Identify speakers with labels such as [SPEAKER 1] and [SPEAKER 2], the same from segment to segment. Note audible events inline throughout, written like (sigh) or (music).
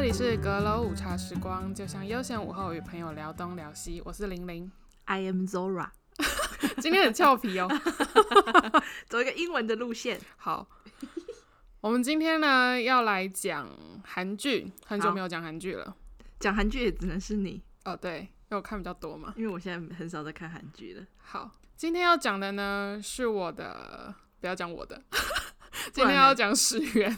[SPEAKER 1] 里是阁楼午茶时光，就像悠闲午后与朋友聊东聊西。我是玲玲，
[SPEAKER 2] I am Zora，
[SPEAKER 1] 今天很俏皮
[SPEAKER 2] (laughs)
[SPEAKER 1] 哦。
[SPEAKER 2] 走一个英文的路线。
[SPEAKER 1] 好，我们今天呢要来讲韩剧，很久没有讲韩剧了。
[SPEAKER 2] 讲韩剧也只能是你，
[SPEAKER 1] 哦，对，因为我看比较多嘛。
[SPEAKER 2] 因为我现在很少在看韩剧了。
[SPEAKER 1] 好，今天要讲的呢是我的，不要讲我
[SPEAKER 2] (laughs)
[SPEAKER 1] 的，今
[SPEAKER 2] 不
[SPEAKER 1] 天
[SPEAKER 2] 然呢
[SPEAKER 1] 要讲史源，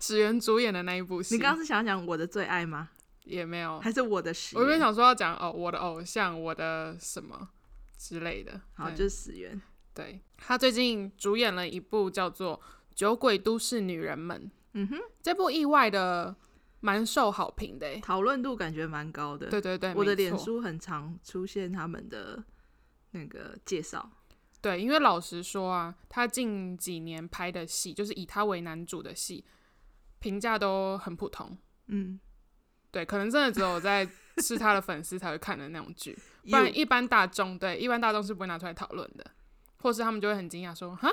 [SPEAKER 1] 史源主演的那一部戏。
[SPEAKER 2] 你刚刚是想讲我的最爱吗？
[SPEAKER 1] 也没有，
[SPEAKER 2] 还是我的十
[SPEAKER 1] 哦我原本
[SPEAKER 2] 元？
[SPEAKER 1] 想说要讲哦，我的偶像，我的什么之类的。
[SPEAKER 2] 好，
[SPEAKER 1] 对
[SPEAKER 2] 就是十元。
[SPEAKER 1] 对他最近主演了一部叫做《酒鬼都市女人们》，
[SPEAKER 2] 嗯哼，
[SPEAKER 1] 这部意外的蛮受好评的欸。
[SPEAKER 2] 讨论度感觉蛮高的。
[SPEAKER 1] 对对对，
[SPEAKER 2] 我的
[SPEAKER 1] 没
[SPEAKER 2] 脸
[SPEAKER 1] 错
[SPEAKER 2] 书很常出现他们的那个介绍。
[SPEAKER 1] 对，因为老实说啊，他近几年拍的戏，就是以他为男主的戏，评价都很普通。
[SPEAKER 2] 嗯，
[SPEAKER 1] 对，可能真的只有在是他的粉丝才会看的那种
[SPEAKER 2] (laughs)
[SPEAKER 1] 剧，不
[SPEAKER 2] You
[SPEAKER 1] 然一般大众对一般大众是不会拿出来讨论的，或是他们就会很惊讶说：“哈，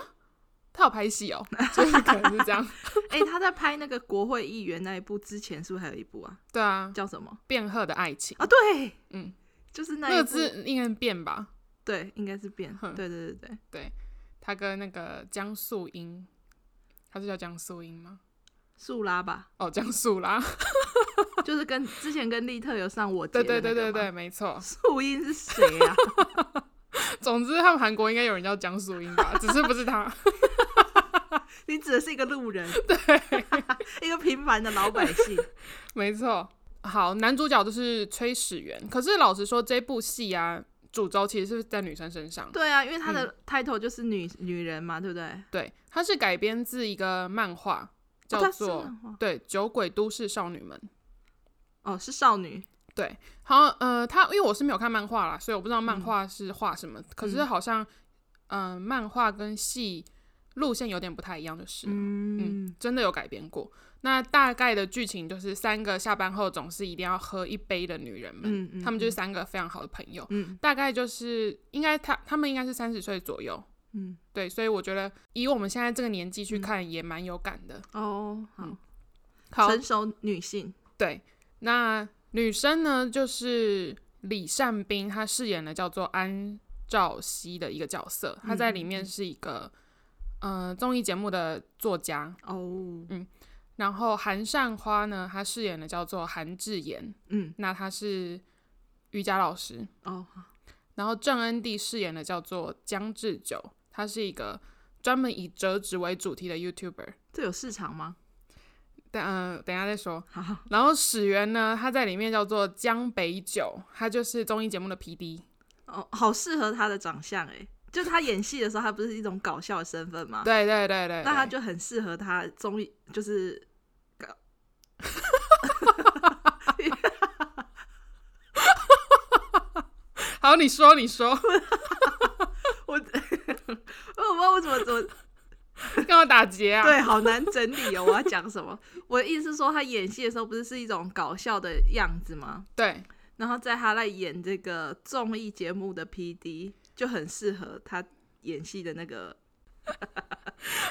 [SPEAKER 1] 他有拍戏哦。” (laughs) 就是可能是这样。
[SPEAKER 2] 哎、他在拍那个国会议员那一部之前，是不是还有一部啊？
[SPEAKER 1] 对啊，
[SPEAKER 2] 叫什么
[SPEAKER 1] 变赫的爱情
[SPEAKER 2] 啊？对，
[SPEAKER 1] 嗯，
[SPEAKER 2] 就是那
[SPEAKER 1] 那
[SPEAKER 2] 一
[SPEAKER 1] 个
[SPEAKER 2] 部。
[SPEAKER 1] 字应该是变吧？
[SPEAKER 2] 对，应该是变。
[SPEAKER 1] 哼
[SPEAKER 2] 对对对对，
[SPEAKER 1] 他跟那个江素英，他是叫江素英吗？
[SPEAKER 2] 素拉吧，
[SPEAKER 1] 哦，江素
[SPEAKER 2] (laughs)
[SPEAKER 1] 啦，
[SPEAKER 2] 就是跟之前跟利特有上我
[SPEAKER 1] 对
[SPEAKER 2] 节的那
[SPEAKER 1] 对
[SPEAKER 2] 个
[SPEAKER 1] 对对
[SPEAKER 2] 嘛
[SPEAKER 1] 对，没错。
[SPEAKER 2] 素英是谁 (laughs) 啊？
[SPEAKER 1] 总之，他们韩国应该有人叫江素英吧，只是不是他。 (laughs)
[SPEAKER 2] 你指的是一个路人， (laughs) 对，一个平凡的老百姓。
[SPEAKER 1] 没错，好，男主角就是崔始源。可是老实说，这部戏啊，主轴其实是在女生身上。
[SPEAKER 2] (laughs) 对啊，因为他的 title 就是女、女人嘛，对不对？
[SPEAKER 1] 对，它是改编自一个漫画，叫做、
[SPEAKER 2] 哦她是漫画
[SPEAKER 1] 对《酒鬼都市少女们》。
[SPEAKER 2] 哦，是少女，
[SPEAKER 1] 对，好，呃，他因为我是没有看漫画啦，所以我不知道
[SPEAKER 2] 嗯
[SPEAKER 1] 漫画是画什么。可是好像，嗯、漫画跟戏路线有点不太一样，就是了
[SPEAKER 2] 嗯，
[SPEAKER 1] 真的有改编过。那大概的剧情就是三个下班后总是一定要喝一杯的女人们，
[SPEAKER 2] 嗯嗯
[SPEAKER 1] 她们就是三个非常好的朋友。
[SPEAKER 2] 嗯
[SPEAKER 1] 大概就是应该她她们应该是三十岁左右，
[SPEAKER 2] 嗯
[SPEAKER 1] 对，所以我觉得以我们现在这个年纪去看也蛮有感的。
[SPEAKER 2] 哦，好，
[SPEAKER 1] 好，
[SPEAKER 2] 成熟女性，
[SPEAKER 1] 对，那女生呢，就是李善斌，她饰演的叫做安兆熙的一个角色，她在里面是一个、呃综艺节目的作家。
[SPEAKER 2] 哦，
[SPEAKER 1] 然后韩善花呢，她饰演的叫做韩智妍，
[SPEAKER 2] 嗯
[SPEAKER 1] 那她是瑜伽老师。
[SPEAKER 2] 哦，
[SPEAKER 1] 然后郑恩地饰演的叫做江志久，他是一个专门以折纸为主题的 YouTuber。
[SPEAKER 2] 这有市场吗？
[SPEAKER 1] 但嗯、呃等一下再说。
[SPEAKER 2] 好，
[SPEAKER 1] 然后始源呢，他在里面叫做江北九，他就是综艺节目的 P D。
[SPEAKER 2] 哦，好适合她的长相哎，就她演戏的时候，她不是一种搞笑的身份吗？
[SPEAKER 1] 对对对对，
[SPEAKER 2] 啊那她
[SPEAKER 1] 对
[SPEAKER 2] 就很适合她综艺，就是搞。
[SPEAKER 1] 好，你说你说，
[SPEAKER 2] 我 (laughs) 我不知道为什么怎么
[SPEAKER 1] 跟我打结啊？
[SPEAKER 2] 对，好难整理哦。我要讲什么？我的意思是说，他演戏的时候不是是一种搞笑的样子吗？
[SPEAKER 1] 对
[SPEAKER 2] 然后在他来演这个综艺节目的 P D，就很适合他演戏的那个。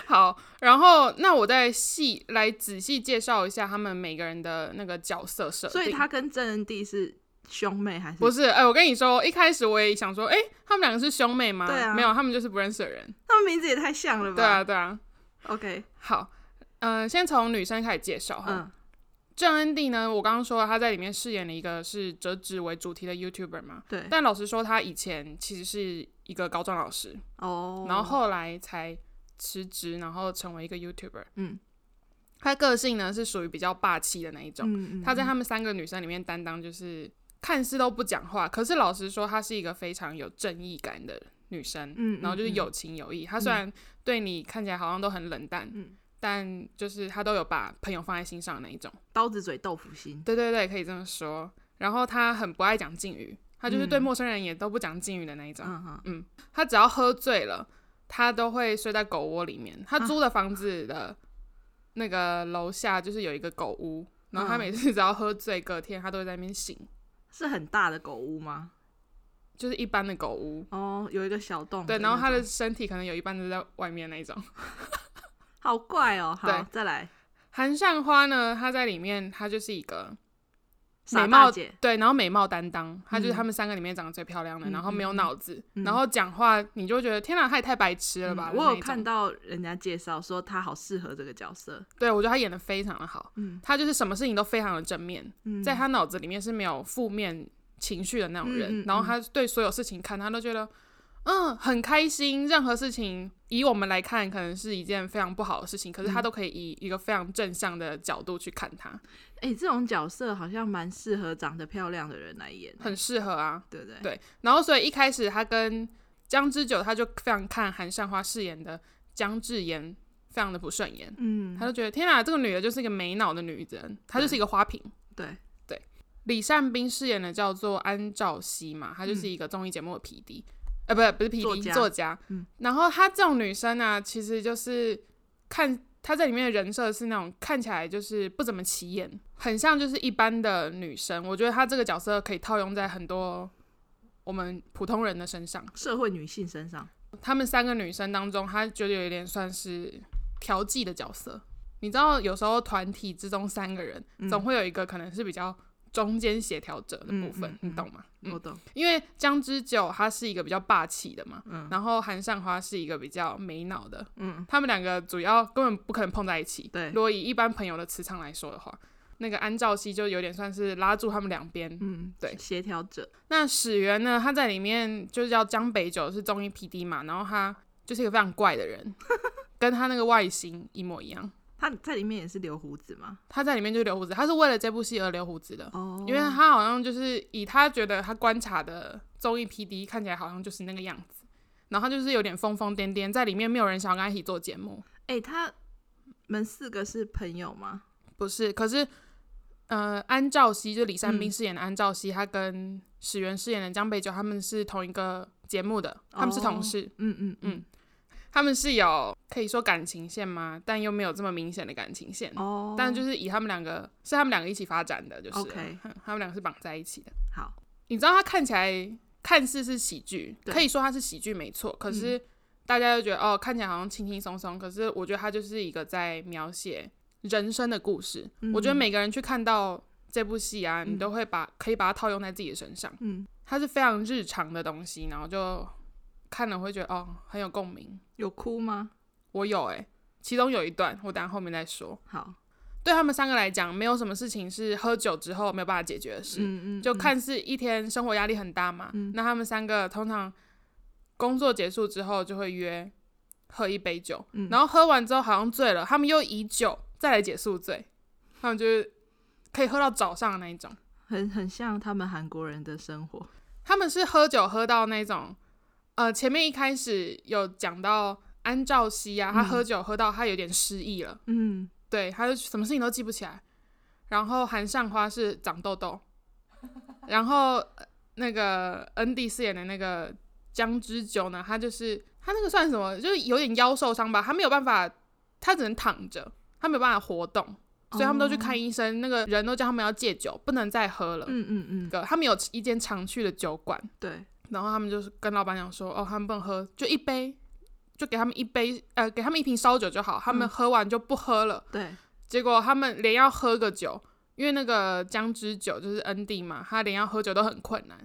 [SPEAKER 1] 好。然后那我再细来仔细介绍一下他们每个人的那个角色设定。
[SPEAKER 2] 所以他跟郑仁弟是兄妹还是？
[SPEAKER 1] 呃不是，哎、我跟你说，一开始我也想说，哎、他们两个是兄妹吗？
[SPEAKER 2] 对啊
[SPEAKER 1] 没有，他们就是不认识的人。
[SPEAKER 2] 他们名字也太像了吧？
[SPEAKER 1] 对啊，对啊。
[SPEAKER 2] OK，
[SPEAKER 1] 好，嗯、先从女生开始介绍哈。
[SPEAKER 2] 嗯
[SPEAKER 1] 郑恩地呢，我刚刚说了，他在里面饰演了一个是折纸为主题的 YouTuber 嘛，
[SPEAKER 2] 对。
[SPEAKER 1] 但老实说，他以前其实是一个高中老师，
[SPEAKER 2] 哦，
[SPEAKER 1] 然后后来才辞职，然后成为一个 YouTuber。
[SPEAKER 2] 嗯
[SPEAKER 1] 他个性呢是属于比较霸气的那一种，
[SPEAKER 2] 嗯嗯，
[SPEAKER 1] 他在他们三个女生里面担当就是看似都不讲话，可是老实说，她是一个非常有正义感的女生，
[SPEAKER 2] 嗯
[SPEAKER 1] 然后就是
[SPEAKER 2] 嗯嗯
[SPEAKER 1] 有情有义。她虽然对你看起来好像都很冷淡，
[SPEAKER 2] 嗯
[SPEAKER 1] 但就是她都有把朋友放在心上的那一种。
[SPEAKER 2] 刀子嘴豆腐心，
[SPEAKER 1] 对对对，可以这么说。然后他很不爱讲敬语，他就是对陌生人也都不讲敬语的那一种。
[SPEAKER 2] 嗯嗯，
[SPEAKER 1] 他只要喝醉了，他都会睡在狗窝里面。
[SPEAKER 2] 啊
[SPEAKER 1] 他租的房子的那个楼下就是有一个狗屋，然后他
[SPEAKER 2] 嗯
[SPEAKER 1] 每次只要喝醉，隔天他都会在那边醒，
[SPEAKER 2] 是很大的狗屋吗？
[SPEAKER 1] 就是一般的狗屋。
[SPEAKER 2] 哦，有一个小洞那
[SPEAKER 1] 对，
[SPEAKER 2] 种。
[SPEAKER 1] 然后他的身体可能有一半都在外面那一种。
[SPEAKER 2] 好怪哦。好
[SPEAKER 1] 对，
[SPEAKER 2] 再来。
[SPEAKER 1] 韩善花呢，她在里面她就是一个
[SPEAKER 2] 傻
[SPEAKER 1] 美
[SPEAKER 2] 大
[SPEAKER 1] 貌
[SPEAKER 2] 姐，
[SPEAKER 1] 对，然后美貌担当，她就是
[SPEAKER 2] 嗯
[SPEAKER 1] 他们三个里面长得最漂亮的，
[SPEAKER 2] 嗯
[SPEAKER 1] 然后没有
[SPEAKER 2] 嗯嗯
[SPEAKER 1] 脑子，
[SPEAKER 2] 嗯
[SPEAKER 1] 然后讲话你就会觉得天哪，她也太白痴了吧！
[SPEAKER 2] 嗯我有
[SPEAKER 1] 到。
[SPEAKER 2] 看到人家介绍说她好适合这个角色，
[SPEAKER 1] 对，我觉得他演的非常的好，
[SPEAKER 2] 嗯
[SPEAKER 1] 他就是什么事情都非常的正面，
[SPEAKER 2] 嗯，
[SPEAKER 1] 在他脑子里面是没有负面情绪的那种人，
[SPEAKER 2] 嗯嗯嗯
[SPEAKER 1] 然后他对所有事情看他都觉得，嗯，很开心，任何事情以我们来看可能是一件非常不好的事情，可是他
[SPEAKER 2] 嗯
[SPEAKER 1] 都可以以一个非常正向的角度去看它，
[SPEAKER 2] 哎、这种角色好像蛮适合长得漂亮的人来演，
[SPEAKER 1] 很适合啊。
[SPEAKER 2] 对不对？
[SPEAKER 1] 对然后所以一开始他跟江之久，他就非常看韩善花饰演的江智妍非常的不顺眼，
[SPEAKER 2] 嗯，
[SPEAKER 1] 他就觉得天啊，这个女的就是一个没脑的女人，她就是一个花瓶。
[SPEAKER 2] 对，
[SPEAKER 1] 李善斌饰演的叫做安兆熙嘛，她就是一个综艺节目的 PD，、呃，不不是 PD
[SPEAKER 2] 嗯作
[SPEAKER 1] 作
[SPEAKER 2] 家嗯
[SPEAKER 1] 然后她这种女生呢、其实就是看她在里面的人设是那种看起来就是不怎么起眼，很像就是一般的女生。我觉得她这个角色可以套用在很多我们普通人的身上。
[SPEAKER 2] 社会女性身上，
[SPEAKER 1] 她们三个女生当中，她觉得有点算是调剂的角色。你知道，有时候团体之中三个人，
[SPEAKER 2] 嗯
[SPEAKER 1] 总会有一个可能是比较中间协调者的部分，
[SPEAKER 2] 嗯嗯嗯
[SPEAKER 1] 你懂吗？嗯
[SPEAKER 2] 我懂，
[SPEAKER 1] 因为江之久他是一个比较霸气的嘛，
[SPEAKER 2] 嗯
[SPEAKER 1] 然后韩善花是一个比较没脑的，
[SPEAKER 2] 嗯，
[SPEAKER 1] 他们两个主要根本不可能碰在一起。
[SPEAKER 2] 对
[SPEAKER 1] 如果以一般朋友的磁场来说的话，那个安兆熙就有点算是拉住他们两边。
[SPEAKER 2] 嗯，
[SPEAKER 1] 对
[SPEAKER 2] 协调者，
[SPEAKER 1] 那始源呢，他在里面就是叫江北九，是综艺 PD 嘛，然后他就是一个非常怪的
[SPEAKER 2] (laughs)
[SPEAKER 1] 人，跟他那个外形一模一样。
[SPEAKER 2] 她在里面也是留胡子嘛，
[SPEAKER 1] 他在里面就是留胡子，他是为了这部戏而留胡子的。
[SPEAKER 2] 哦
[SPEAKER 1] 因为他好像就是以他觉得他观察的综艺 PD 看起来好像就是那个样子，然后他就是有点疯疯癫癫，在里面没有人想要跟他一起做节目，
[SPEAKER 2] 哎、他们四个是朋友吗？
[SPEAKER 1] 不是？可是，呃，安兆熙就李善斌
[SPEAKER 2] 嗯
[SPEAKER 1] 饰演的安兆熙，他跟史源饰演的江北九他们是同一个节目的，他们是同事，
[SPEAKER 2] 嗯嗯
[SPEAKER 1] 嗯他们是有可以说感情线吗？但又没有这么明显的感情线。
[SPEAKER 2] 哦，
[SPEAKER 1] 嗯但就是以他们两个是他们两个一起发展的，就是了
[SPEAKER 2] OK
[SPEAKER 1] 嗯他们两个是绑在一起的。
[SPEAKER 2] 好，
[SPEAKER 1] 你知道它看起来看似是喜剧，
[SPEAKER 2] 对嗯
[SPEAKER 1] 可以说它是喜剧没错，可是大家就觉得、哦，看起来好像轻轻松松，可是我觉得它就是一个在描写人生的故事。我觉得
[SPEAKER 2] 嗯
[SPEAKER 1] 每个人去看到这部戏啊，你
[SPEAKER 2] 嗯
[SPEAKER 1] 都会把可以把它套用在自己的身上，
[SPEAKER 2] 嗯，
[SPEAKER 1] 它是非常日常的东西，然后就看了会觉得哦很有共鸣。
[SPEAKER 2] 有哭吗？
[SPEAKER 1] 我有诶、其中有一段我等下后面再说。
[SPEAKER 2] 好，
[SPEAKER 1] 对他们三个来讲，没有什么事情是喝酒之后没有办法解决的事。
[SPEAKER 2] 嗯嗯，
[SPEAKER 1] 就
[SPEAKER 2] 嗯，
[SPEAKER 1] 看似一天生活压力很大嘛，
[SPEAKER 2] 嗯
[SPEAKER 1] 那他们三个通常工作结束之后就会约喝一杯酒，
[SPEAKER 2] 嗯
[SPEAKER 1] 然后喝完之后好像醉了，他们又以酒再来解宿醉，他们就是可以喝到早上的那一种。
[SPEAKER 2] 很很像他们韩国人的生活，
[SPEAKER 1] 他们是喝酒喝到那种，呃，前面一开始有讲到安兆熙啊，他
[SPEAKER 2] 嗯
[SPEAKER 1] 喝酒喝到他有点失忆了，
[SPEAKER 2] 嗯，
[SPEAKER 1] 对，他就什么事情都记不起来。然后韩善花是长痘痘，然后呃那个恩迪饰演的那个江之久呢，他就是他那个算什么？就是有点腰受伤吧，他没有办法，他只能躺着，他没有办法活动，所以他们都去看医生。那个人都叫他们要戒酒，不能再喝了。
[SPEAKER 2] 哦嗯嗯
[SPEAKER 1] 那
[SPEAKER 2] 嗯，
[SPEAKER 1] 个他们有一间常去的酒馆，
[SPEAKER 2] 对，
[SPEAKER 1] 然后他们就是跟老板娘说，哦，他们不能喝，就一杯，就给他们一杯，呃，给他们一瓶烧酒就好，他们
[SPEAKER 2] 嗯
[SPEAKER 1] 喝完就不喝了。
[SPEAKER 2] 对，
[SPEAKER 1] 结果他们连要喝个酒，因为那个姜汁酒就是恩迪嘛，他连要喝酒都很困难，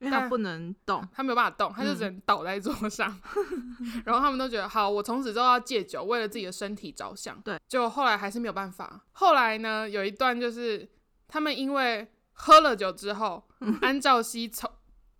[SPEAKER 2] 因为他
[SPEAKER 1] 但
[SPEAKER 2] 不能动，
[SPEAKER 1] 他没有办法动，他
[SPEAKER 2] 嗯
[SPEAKER 1] 就只能倒在桌上。 (laughs) 然后他们都觉得好，我从此之后要戒酒，为了自己的身体着想。
[SPEAKER 2] 对，
[SPEAKER 1] 结果后来还是没有办法。后来呢，有一段就是他们因为喝了酒之后，
[SPEAKER 2] 嗯
[SPEAKER 1] 安兆熙从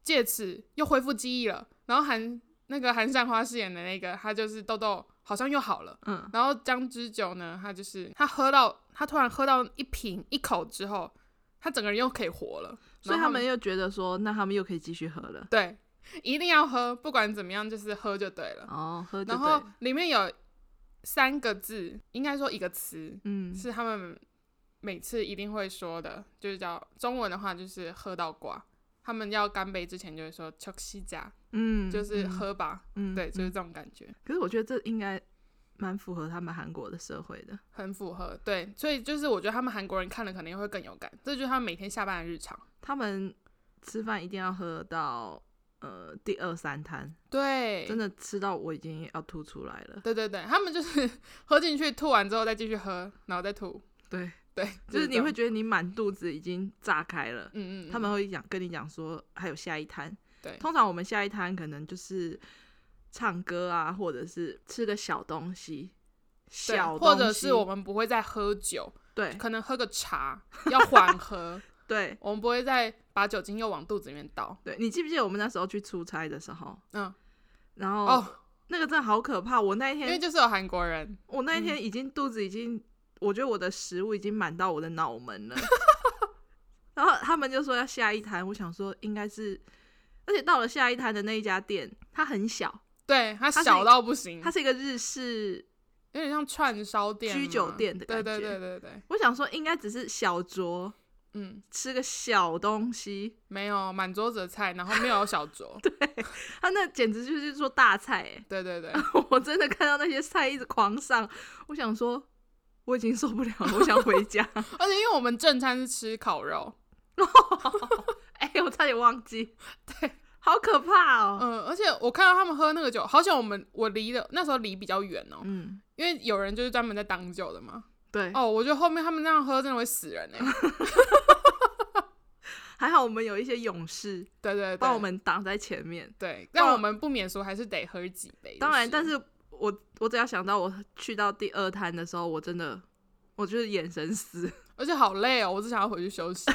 [SPEAKER 1] 借此又恢复记忆了，然后韩那个韩善花饰演的那个，他就是痘痘好像又好了。
[SPEAKER 2] 嗯，
[SPEAKER 1] 然后姜汁酒呢，他就是他喝到他突然喝到一瓶一口之后，他整个人又可以活了。
[SPEAKER 2] 所以
[SPEAKER 1] 然后
[SPEAKER 2] 他们又觉得说，那他们又可以继续喝了，
[SPEAKER 1] 对一定要喝，不管怎么样就是喝就对了。
[SPEAKER 2] 哦，喝就
[SPEAKER 1] 呃然后
[SPEAKER 2] 对，
[SPEAKER 1] 里面有三个字，应该说一个词
[SPEAKER 2] 嗯，
[SPEAKER 1] 是他们每次一定会说的，就是叫中文的话就是喝到挂。他们要干杯之前就会说 c h o k s i j a
[SPEAKER 2] 嗯，
[SPEAKER 1] 就是
[SPEAKER 2] 嗯，
[SPEAKER 1] 喝吧，
[SPEAKER 2] 嗯，
[SPEAKER 1] 对，就是
[SPEAKER 2] 嗯
[SPEAKER 1] 这种感觉。
[SPEAKER 2] 可是我觉得这应该蛮符合他们韩国的社会的，
[SPEAKER 1] 很符合，对，所以就是我觉得他们韩国人看了可能会更有感，这就是他们每天下班的日常。
[SPEAKER 2] 他们吃饭一定要喝到，呃第二三摊，
[SPEAKER 1] 对，
[SPEAKER 2] 真的吃到我已经要吐出来了。
[SPEAKER 1] 对对对，他们就是 (laughs) 喝进去，吐完之后再继续喝，然后再吐。
[SPEAKER 2] 对，
[SPEAKER 1] 对，
[SPEAKER 2] 就是你
[SPEAKER 1] 这
[SPEAKER 2] 会
[SPEAKER 1] 种，
[SPEAKER 2] 觉得你满肚子已经炸开了，
[SPEAKER 1] 嗯嗯，嗯
[SPEAKER 2] 他们会讲跟你讲说还有下一摊。
[SPEAKER 1] 对
[SPEAKER 2] 通常我们下一摊可能就是唱歌啊，或者是吃个小东西，
[SPEAKER 1] 对
[SPEAKER 2] 小
[SPEAKER 1] 或
[SPEAKER 2] 东
[SPEAKER 1] 者
[SPEAKER 2] 西
[SPEAKER 1] 是我们不会再喝酒，
[SPEAKER 2] 对
[SPEAKER 1] 可能喝个茶，要缓和，
[SPEAKER 2] 对
[SPEAKER 1] 我们不会再把酒精又往肚子里面倒。
[SPEAKER 2] 对，你记不记得我们那时候去出差的时候，
[SPEAKER 1] 嗯，
[SPEAKER 2] 然后、
[SPEAKER 1] 哦，
[SPEAKER 2] 那个真的好可怕，我那一
[SPEAKER 1] 因为嗯
[SPEAKER 2] 天
[SPEAKER 1] 就是有韩国人，
[SPEAKER 2] 我那一天已经肚子已经，我觉得我的食物已经满到我的脑
[SPEAKER 1] (laughs)
[SPEAKER 2] 门了。然后他们就说要下一摊，我想说应该是，而且到了下一摊的那一家店，它很小，
[SPEAKER 1] 对他
[SPEAKER 2] 是一
[SPEAKER 1] 小到不行，
[SPEAKER 2] 它是一个日式，
[SPEAKER 1] 有点像串烧店、
[SPEAKER 2] 居酒店的
[SPEAKER 1] 对对
[SPEAKER 2] 感
[SPEAKER 1] 对
[SPEAKER 2] 觉
[SPEAKER 1] 对对，
[SPEAKER 2] 我想说应该只是小酌，
[SPEAKER 1] 嗯，
[SPEAKER 2] 吃个小东西，
[SPEAKER 1] 没有满桌子的菜，然后没有小
[SPEAKER 2] (laughs)
[SPEAKER 1] 酌，
[SPEAKER 2] 他那简直就是做大菜哎、
[SPEAKER 1] 对对对，
[SPEAKER 2] (laughs) 我真的看到那些菜一直狂上，我想说我已经受不了了，我想回家。
[SPEAKER 1] 而且因为我们正餐是吃烤肉，
[SPEAKER 2] 哎、我差点忘记，对，好可怕哦、
[SPEAKER 1] 嗯，而且我看到他们喝那个酒，好像我们我离的那时候离比较远哦，
[SPEAKER 2] 嗯，
[SPEAKER 1] 因为有人就是专门在挡酒的嘛。
[SPEAKER 2] 对，
[SPEAKER 1] 哦，我觉得后面他们那样喝真的会死人哎、
[SPEAKER 2] 还好我们有一些勇士
[SPEAKER 1] 对对对，
[SPEAKER 2] 帮我们挡在前面。
[SPEAKER 1] 对，
[SPEAKER 2] 帮
[SPEAKER 1] 但
[SPEAKER 2] 我
[SPEAKER 1] 我们不免俗还是得喝几杯。
[SPEAKER 2] 当然，但
[SPEAKER 1] 是
[SPEAKER 2] 是我我只要想到我去到第二摊的时候，我真的我就是眼神死。 (laughs)
[SPEAKER 1] 而且好累哦，我只想要回去休息。 (laughs)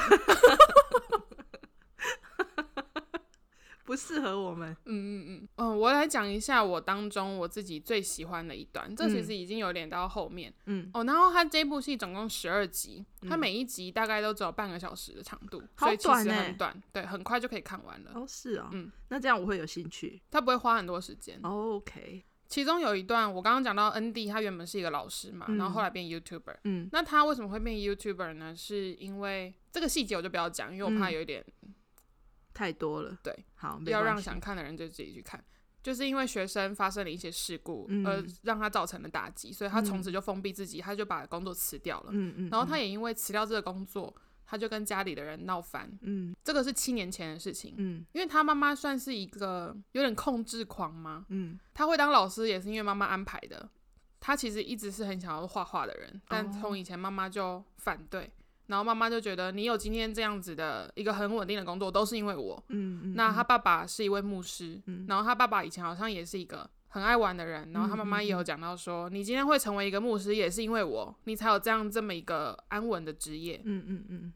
[SPEAKER 2] 不适合我们，
[SPEAKER 1] 嗯嗯嗯嗯，我来讲一下我当中我自己最喜欢的一段，这其
[SPEAKER 2] 嗯
[SPEAKER 1] 实已经有点到后面、
[SPEAKER 2] 嗯，
[SPEAKER 1] 哦。然后它这部戏总共十二集，它
[SPEAKER 2] 嗯
[SPEAKER 1] 每一集大概都只有半个小时的长度，
[SPEAKER 2] 好
[SPEAKER 1] 所以其
[SPEAKER 2] 短
[SPEAKER 1] 实
[SPEAKER 2] 欸
[SPEAKER 1] 很短，对，很快就可以看完了。
[SPEAKER 2] 哦是哦，
[SPEAKER 1] 嗯
[SPEAKER 2] 那这样我会有兴趣。
[SPEAKER 1] 它不会花很多时间。
[SPEAKER 2] OK，
[SPEAKER 1] 其中有一段，我刚刚讲到 N D，他原本是一个老师嘛，
[SPEAKER 2] 嗯
[SPEAKER 1] 然后后来变 YouTuber。
[SPEAKER 2] 嗯
[SPEAKER 1] 那他为什么会变 YouTuber 呢？是因为这个细节我就不要讲，因为我怕
[SPEAKER 2] 嗯
[SPEAKER 1] 有一点
[SPEAKER 2] 太多了，
[SPEAKER 1] 对，
[SPEAKER 2] 好，没
[SPEAKER 1] 要
[SPEAKER 2] 关
[SPEAKER 1] 让
[SPEAKER 2] 系
[SPEAKER 1] 想看的人就自己去看。就是因为学生发生了一些事故，
[SPEAKER 2] 嗯
[SPEAKER 1] 而让他造成了打击，所以他从
[SPEAKER 2] 嗯
[SPEAKER 1] 此就封闭自己，他就把工作辞掉了。
[SPEAKER 2] 嗯嗯，
[SPEAKER 1] 然后他
[SPEAKER 2] 也，
[SPEAKER 1] 也因为辞掉这个工作，他就跟家里的人闹翻。
[SPEAKER 2] 嗯
[SPEAKER 1] 这个是七年前的事情，
[SPEAKER 2] 嗯
[SPEAKER 1] 因为他妈妈算是一个有点控制狂嘛，
[SPEAKER 2] 嗯，
[SPEAKER 1] 他会当老师也是因为妈妈安排的。他其实一直是很想要画画的人，但
[SPEAKER 2] 哦
[SPEAKER 1] 从以前妈妈就反对，然后妈妈就觉得你有今天这样子的一个很稳定的工作，都是因为我。
[SPEAKER 2] 嗯嗯，
[SPEAKER 1] 那他
[SPEAKER 2] 嗯
[SPEAKER 1] 爸爸是一位牧师，
[SPEAKER 2] 嗯
[SPEAKER 1] 然后他爸爸以前好像也是一个很爱玩的人，然后他
[SPEAKER 2] 嗯
[SPEAKER 1] 妈妈也有讲到说，你今天会成为一个牧师，也是因为我，你才有这样这么一个安稳的职业。
[SPEAKER 2] 嗯嗯嗯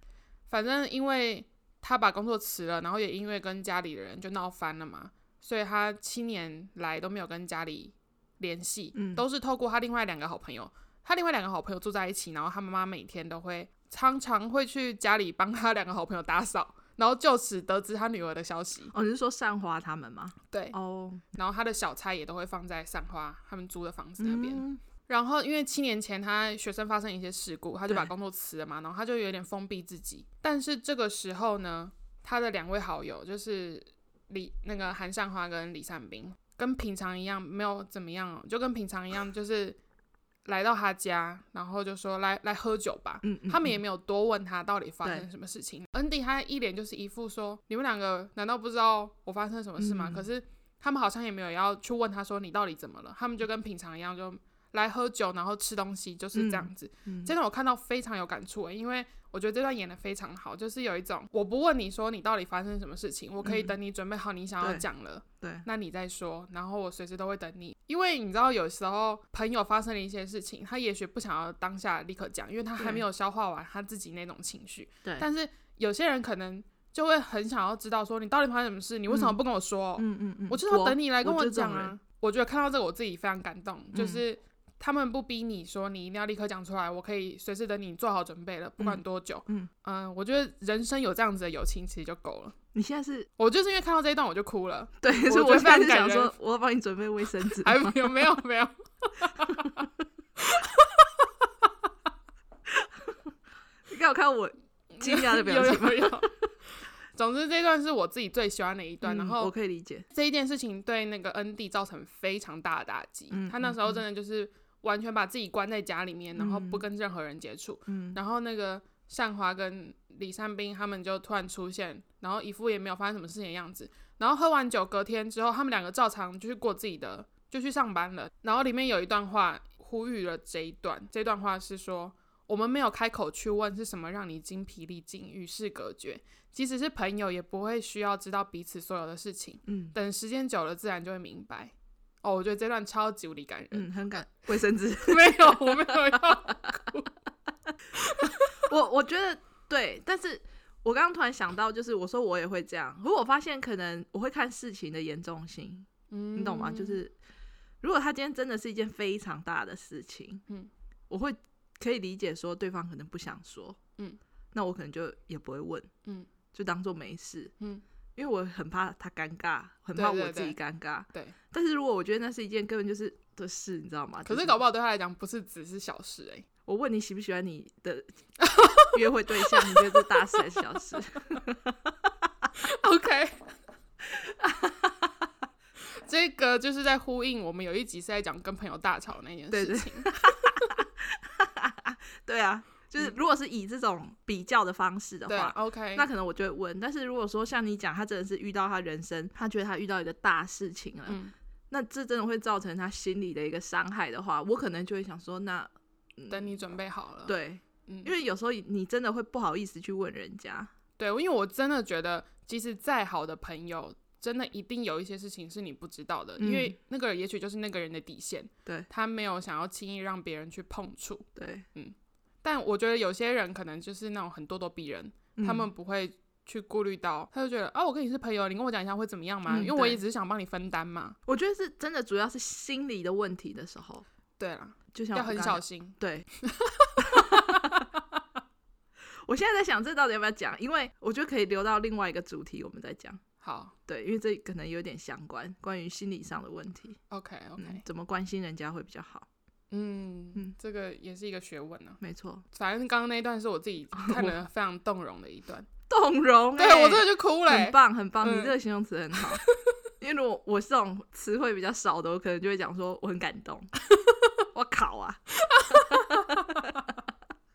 [SPEAKER 1] 反正因为他把工作辞了，然后也因为跟家里的人就闹翻了嘛，所以他七年来都没有跟家里联系，
[SPEAKER 2] 嗯
[SPEAKER 1] 都是透过他另外两个好朋友，他另外两个好朋友住在一起，然后他妈妈每天都会常常会去家里帮他两个好朋友打扫，然后就此得知他女儿的消息。
[SPEAKER 2] 哦，你是说善花他们吗？
[SPEAKER 1] 对，
[SPEAKER 2] 哦，
[SPEAKER 1] 然后他的小菜也都会放在散花他们租的房子那边。
[SPEAKER 2] 嗯
[SPEAKER 1] 然后因为七年前他学生发生一些事故，他就
[SPEAKER 2] 对
[SPEAKER 1] 把工作辞了嘛，然后他就有点封闭自己。但是这个时候呢，他的两位好友就是李那个韩善花跟李善斌，跟平常一样没有怎么样、哦，就跟平常一样，就是来到他家，然后就说来来喝酒吧。
[SPEAKER 2] 嗯，嗯
[SPEAKER 1] 他们也
[SPEAKER 2] 嗯
[SPEAKER 1] 没有多问他到底发
[SPEAKER 2] 对
[SPEAKER 1] 生什么事情。恩迪他一脸就是一副说：“你们两个难道不知道我发生了什么事吗？”
[SPEAKER 2] 嗯
[SPEAKER 1] 可是他们好像也没有要去问他说你到底怎么了，他们就跟平常一样就来喝酒，然后吃东西，就是这样子。
[SPEAKER 2] 嗯
[SPEAKER 1] 真的我看到非常有感触、欸因为我觉得这段演的非常好，就是有一种我不问你说你到底发生什么事情，我可以
[SPEAKER 2] 嗯
[SPEAKER 1] 等你准备好你想要
[SPEAKER 2] 对
[SPEAKER 1] 讲了。
[SPEAKER 2] 对，
[SPEAKER 1] 那你再说，然后我随时都会等你，因为你知道有时候朋友发生了一些事情，他也许不想要当下立刻讲，因为他还
[SPEAKER 2] 对
[SPEAKER 1] 没有消化完他自己那种情绪。
[SPEAKER 2] 对
[SPEAKER 1] 但是有些人可能就会很想要知道说你到底发生什么事，你为什么
[SPEAKER 2] 嗯
[SPEAKER 1] 不跟我说？
[SPEAKER 2] 嗯嗯嗯，
[SPEAKER 1] 我就是要等你来跟
[SPEAKER 2] 我就这
[SPEAKER 1] 讲
[SPEAKER 2] 种
[SPEAKER 1] 啊
[SPEAKER 2] 人。
[SPEAKER 1] 我觉得看到这个我自己非常感动，就
[SPEAKER 2] 嗯
[SPEAKER 1] 是他们不逼你说你一定要立刻讲出来，我可以随时等你做好准备了，不管
[SPEAKER 2] 嗯
[SPEAKER 1] 多久。
[SPEAKER 2] 嗯
[SPEAKER 1] 我觉得人生有这样子的友情其实就够了。
[SPEAKER 2] 你现在是
[SPEAKER 1] 我就是因为看到这一段我就哭了。
[SPEAKER 2] 对，所以
[SPEAKER 1] 觉得
[SPEAKER 2] 我
[SPEAKER 1] 非常
[SPEAKER 2] 现在是
[SPEAKER 1] 感
[SPEAKER 2] 想
[SPEAKER 1] 人
[SPEAKER 2] 说，我要帮你准备卫生纸吗，
[SPEAKER 1] 还没有没有没有，
[SPEAKER 2] 你刚好看我 (laughs) 惊讶的
[SPEAKER 1] (laughs)
[SPEAKER 2] 表
[SPEAKER 1] 有
[SPEAKER 2] 情吗
[SPEAKER 1] 有有。总之，这段是我自己最喜欢的一段，
[SPEAKER 2] 嗯
[SPEAKER 1] 然
[SPEAKER 2] 我
[SPEAKER 1] 后
[SPEAKER 2] 可以理解，
[SPEAKER 1] 这一件事情对那个恩蒂造成非常大的打击。
[SPEAKER 2] 嗯
[SPEAKER 1] 他那
[SPEAKER 2] 嗯
[SPEAKER 1] 时候
[SPEAKER 2] 嗯
[SPEAKER 1] 真的就是完全把自己关在家里面，然后不
[SPEAKER 2] 嗯
[SPEAKER 1] 跟任何人接触。
[SPEAKER 2] 嗯
[SPEAKER 1] 然后那个善华跟李善斌他们就突然出现，然后一副也没有发生什么事情的样子。然后喝完酒隔天之后，他们两个照常就去过自己的，就去上班了。然后里面有一段话呼吁了这一段，这段话是说：我们没有开口去问是什么让你精疲力尽、与世隔绝，即使是朋友也不会需要知道彼此所有的事情。
[SPEAKER 2] 嗯
[SPEAKER 1] 等时间久了，自然就会明白。哦，我觉得这段超级无敌感人。
[SPEAKER 2] 嗯，很感卫生纸。
[SPEAKER 1] (laughs) 没有，我没有要。
[SPEAKER 2] 我我觉得对，但是我刚刚突然想到，就是我说我也会这样，可是我发现可能我会看事情的严重性，
[SPEAKER 1] 嗯
[SPEAKER 2] (laughs) 你懂吗？就是如果他今天真的是一件非常大的事情，
[SPEAKER 1] 嗯，
[SPEAKER 2] 我会可以理解说对方可能不想说，
[SPEAKER 1] 嗯，
[SPEAKER 2] 那我可能就也不会问，
[SPEAKER 1] 嗯，
[SPEAKER 2] 就当做没事，
[SPEAKER 1] 嗯，
[SPEAKER 2] 因为我很怕他尴尬，很
[SPEAKER 1] 对
[SPEAKER 2] 怕
[SPEAKER 1] 对
[SPEAKER 2] 我自己
[SPEAKER 1] 对
[SPEAKER 2] 尴尬，
[SPEAKER 1] 对。
[SPEAKER 2] 但是如果我觉得那是一件根本就是的事，你知道吗？
[SPEAKER 1] 可
[SPEAKER 2] 啊就是
[SPEAKER 1] 搞不好对他来讲不是只是小事
[SPEAKER 2] (laughs)
[SPEAKER 1] 哎、
[SPEAKER 2] 我问你喜不喜欢你的 (laughs) 约会对象，你觉得这大事还是小
[SPEAKER 1] (laughs)
[SPEAKER 2] 事？
[SPEAKER 1] OK，这个就是在呼应我们有一集是在讲跟朋友大吵那件
[SPEAKER 2] 对对
[SPEAKER 1] 事情。
[SPEAKER 2] (laughs) 对啊，就是如果是以这种比较的方式的
[SPEAKER 1] 嗯对
[SPEAKER 2] 话，
[SPEAKER 1] ，OK，
[SPEAKER 2] 那可能我就会问。但是如果说像你讲，他真的是遇到他人生，他觉得他遇到一个大事情了，
[SPEAKER 1] 嗯，
[SPEAKER 2] 那这真的会造成他心里的一个伤害的话，我可能就会想说，那嗯
[SPEAKER 1] 等你准备好了。，
[SPEAKER 2] 对，
[SPEAKER 1] 嗯
[SPEAKER 2] 因，为有时候你真的会不好意思去问人家，
[SPEAKER 1] 对，因为我真的觉得，即使再好的朋友，真的一定有一些事情是你不知道的，
[SPEAKER 2] 嗯
[SPEAKER 1] 因为那个也许就是那个人的底线，
[SPEAKER 2] 对
[SPEAKER 1] 他没有想要轻易让别人去碰触。
[SPEAKER 2] 对，
[SPEAKER 1] 但我觉得有些人可能就是那种很咄咄逼人，他
[SPEAKER 2] 嗯
[SPEAKER 1] 们不会去顾虑到，他就觉得啊，我跟你是朋友，你跟我讲一下会怎么样嘛？
[SPEAKER 2] 嗯
[SPEAKER 1] 因为我
[SPEAKER 2] 对
[SPEAKER 1] 也只是想帮你分担嘛。
[SPEAKER 2] 我觉得是真的，主要是心理的问题的时候，
[SPEAKER 1] 对啦，
[SPEAKER 2] 就像
[SPEAKER 1] 要
[SPEAKER 2] 我
[SPEAKER 1] 很
[SPEAKER 2] 刚
[SPEAKER 1] 小
[SPEAKER 2] 刚
[SPEAKER 1] 心。
[SPEAKER 2] 对。 (laughs) 我现在在想这到底要不要讲，因为我觉得可以留到另外一个主题我们再讲。
[SPEAKER 1] 好
[SPEAKER 2] 对，因为这可能有点相关，关于心理上的问题，
[SPEAKER 1] ，OK OK，
[SPEAKER 2] 嗯，怎么关心人家会比较好？
[SPEAKER 1] 嗯
[SPEAKER 2] 嗯
[SPEAKER 1] 这个也是一个学问呢、
[SPEAKER 2] 没错，
[SPEAKER 1] 反正刚刚那一段是我自
[SPEAKER 2] (laughs)
[SPEAKER 1] 己看了非常动容的一段，
[SPEAKER 2] 动容、欸，
[SPEAKER 1] 对我真的就哭了、
[SPEAKER 2] 很棒，很棒，
[SPEAKER 1] 嗯
[SPEAKER 2] 你这个形容词很 (laughs) 好。因为如果我是这种词汇比较少的，我可能就会讲说我很感 (laughs) 动，我靠啊，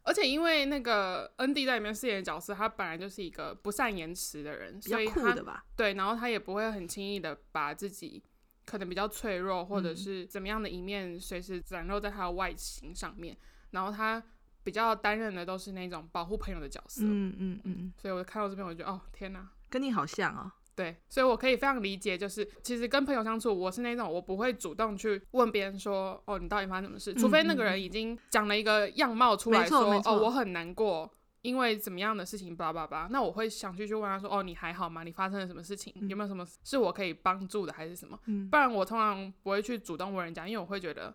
[SPEAKER 1] 而且因为那个恩迪在里面饰演的角色，他本来就是一个不善言辞的人，
[SPEAKER 2] 比较
[SPEAKER 1] 所以
[SPEAKER 2] 酷
[SPEAKER 1] 他
[SPEAKER 2] 的吧？
[SPEAKER 1] 对，然后他也不会很轻易的把自己可能比较脆弱或者是怎么样的一面随时展露在他的外形上面。然后他比较担任的都是那种保护朋友的角色，
[SPEAKER 2] 嗯嗯嗯，
[SPEAKER 1] 所以我看到这边我就觉得哦天哪，
[SPEAKER 2] 跟你好像哦。
[SPEAKER 1] 对，所以我可以非常理解，就是其实跟朋友相处，我是那种我不会主动去问别人说，哦，你到底发生什么事，除非那个人已经讲了一个样貌出来
[SPEAKER 2] 嗯没错
[SPEAKER 1] 说，
[SPEAKER 2] 没错
[SPEAKER 1] 哦，我很难过，因为怎么样的事情，叭叭叭，那我会想去去问他说，哦，你还好吗？你发生了什么事情？有没有什么是我可以帮助的，还是什么？
[SPEAKER 2] 嗯
[SPEAKER 1] 不然我通常不会去主动问人家，因为我会觉得。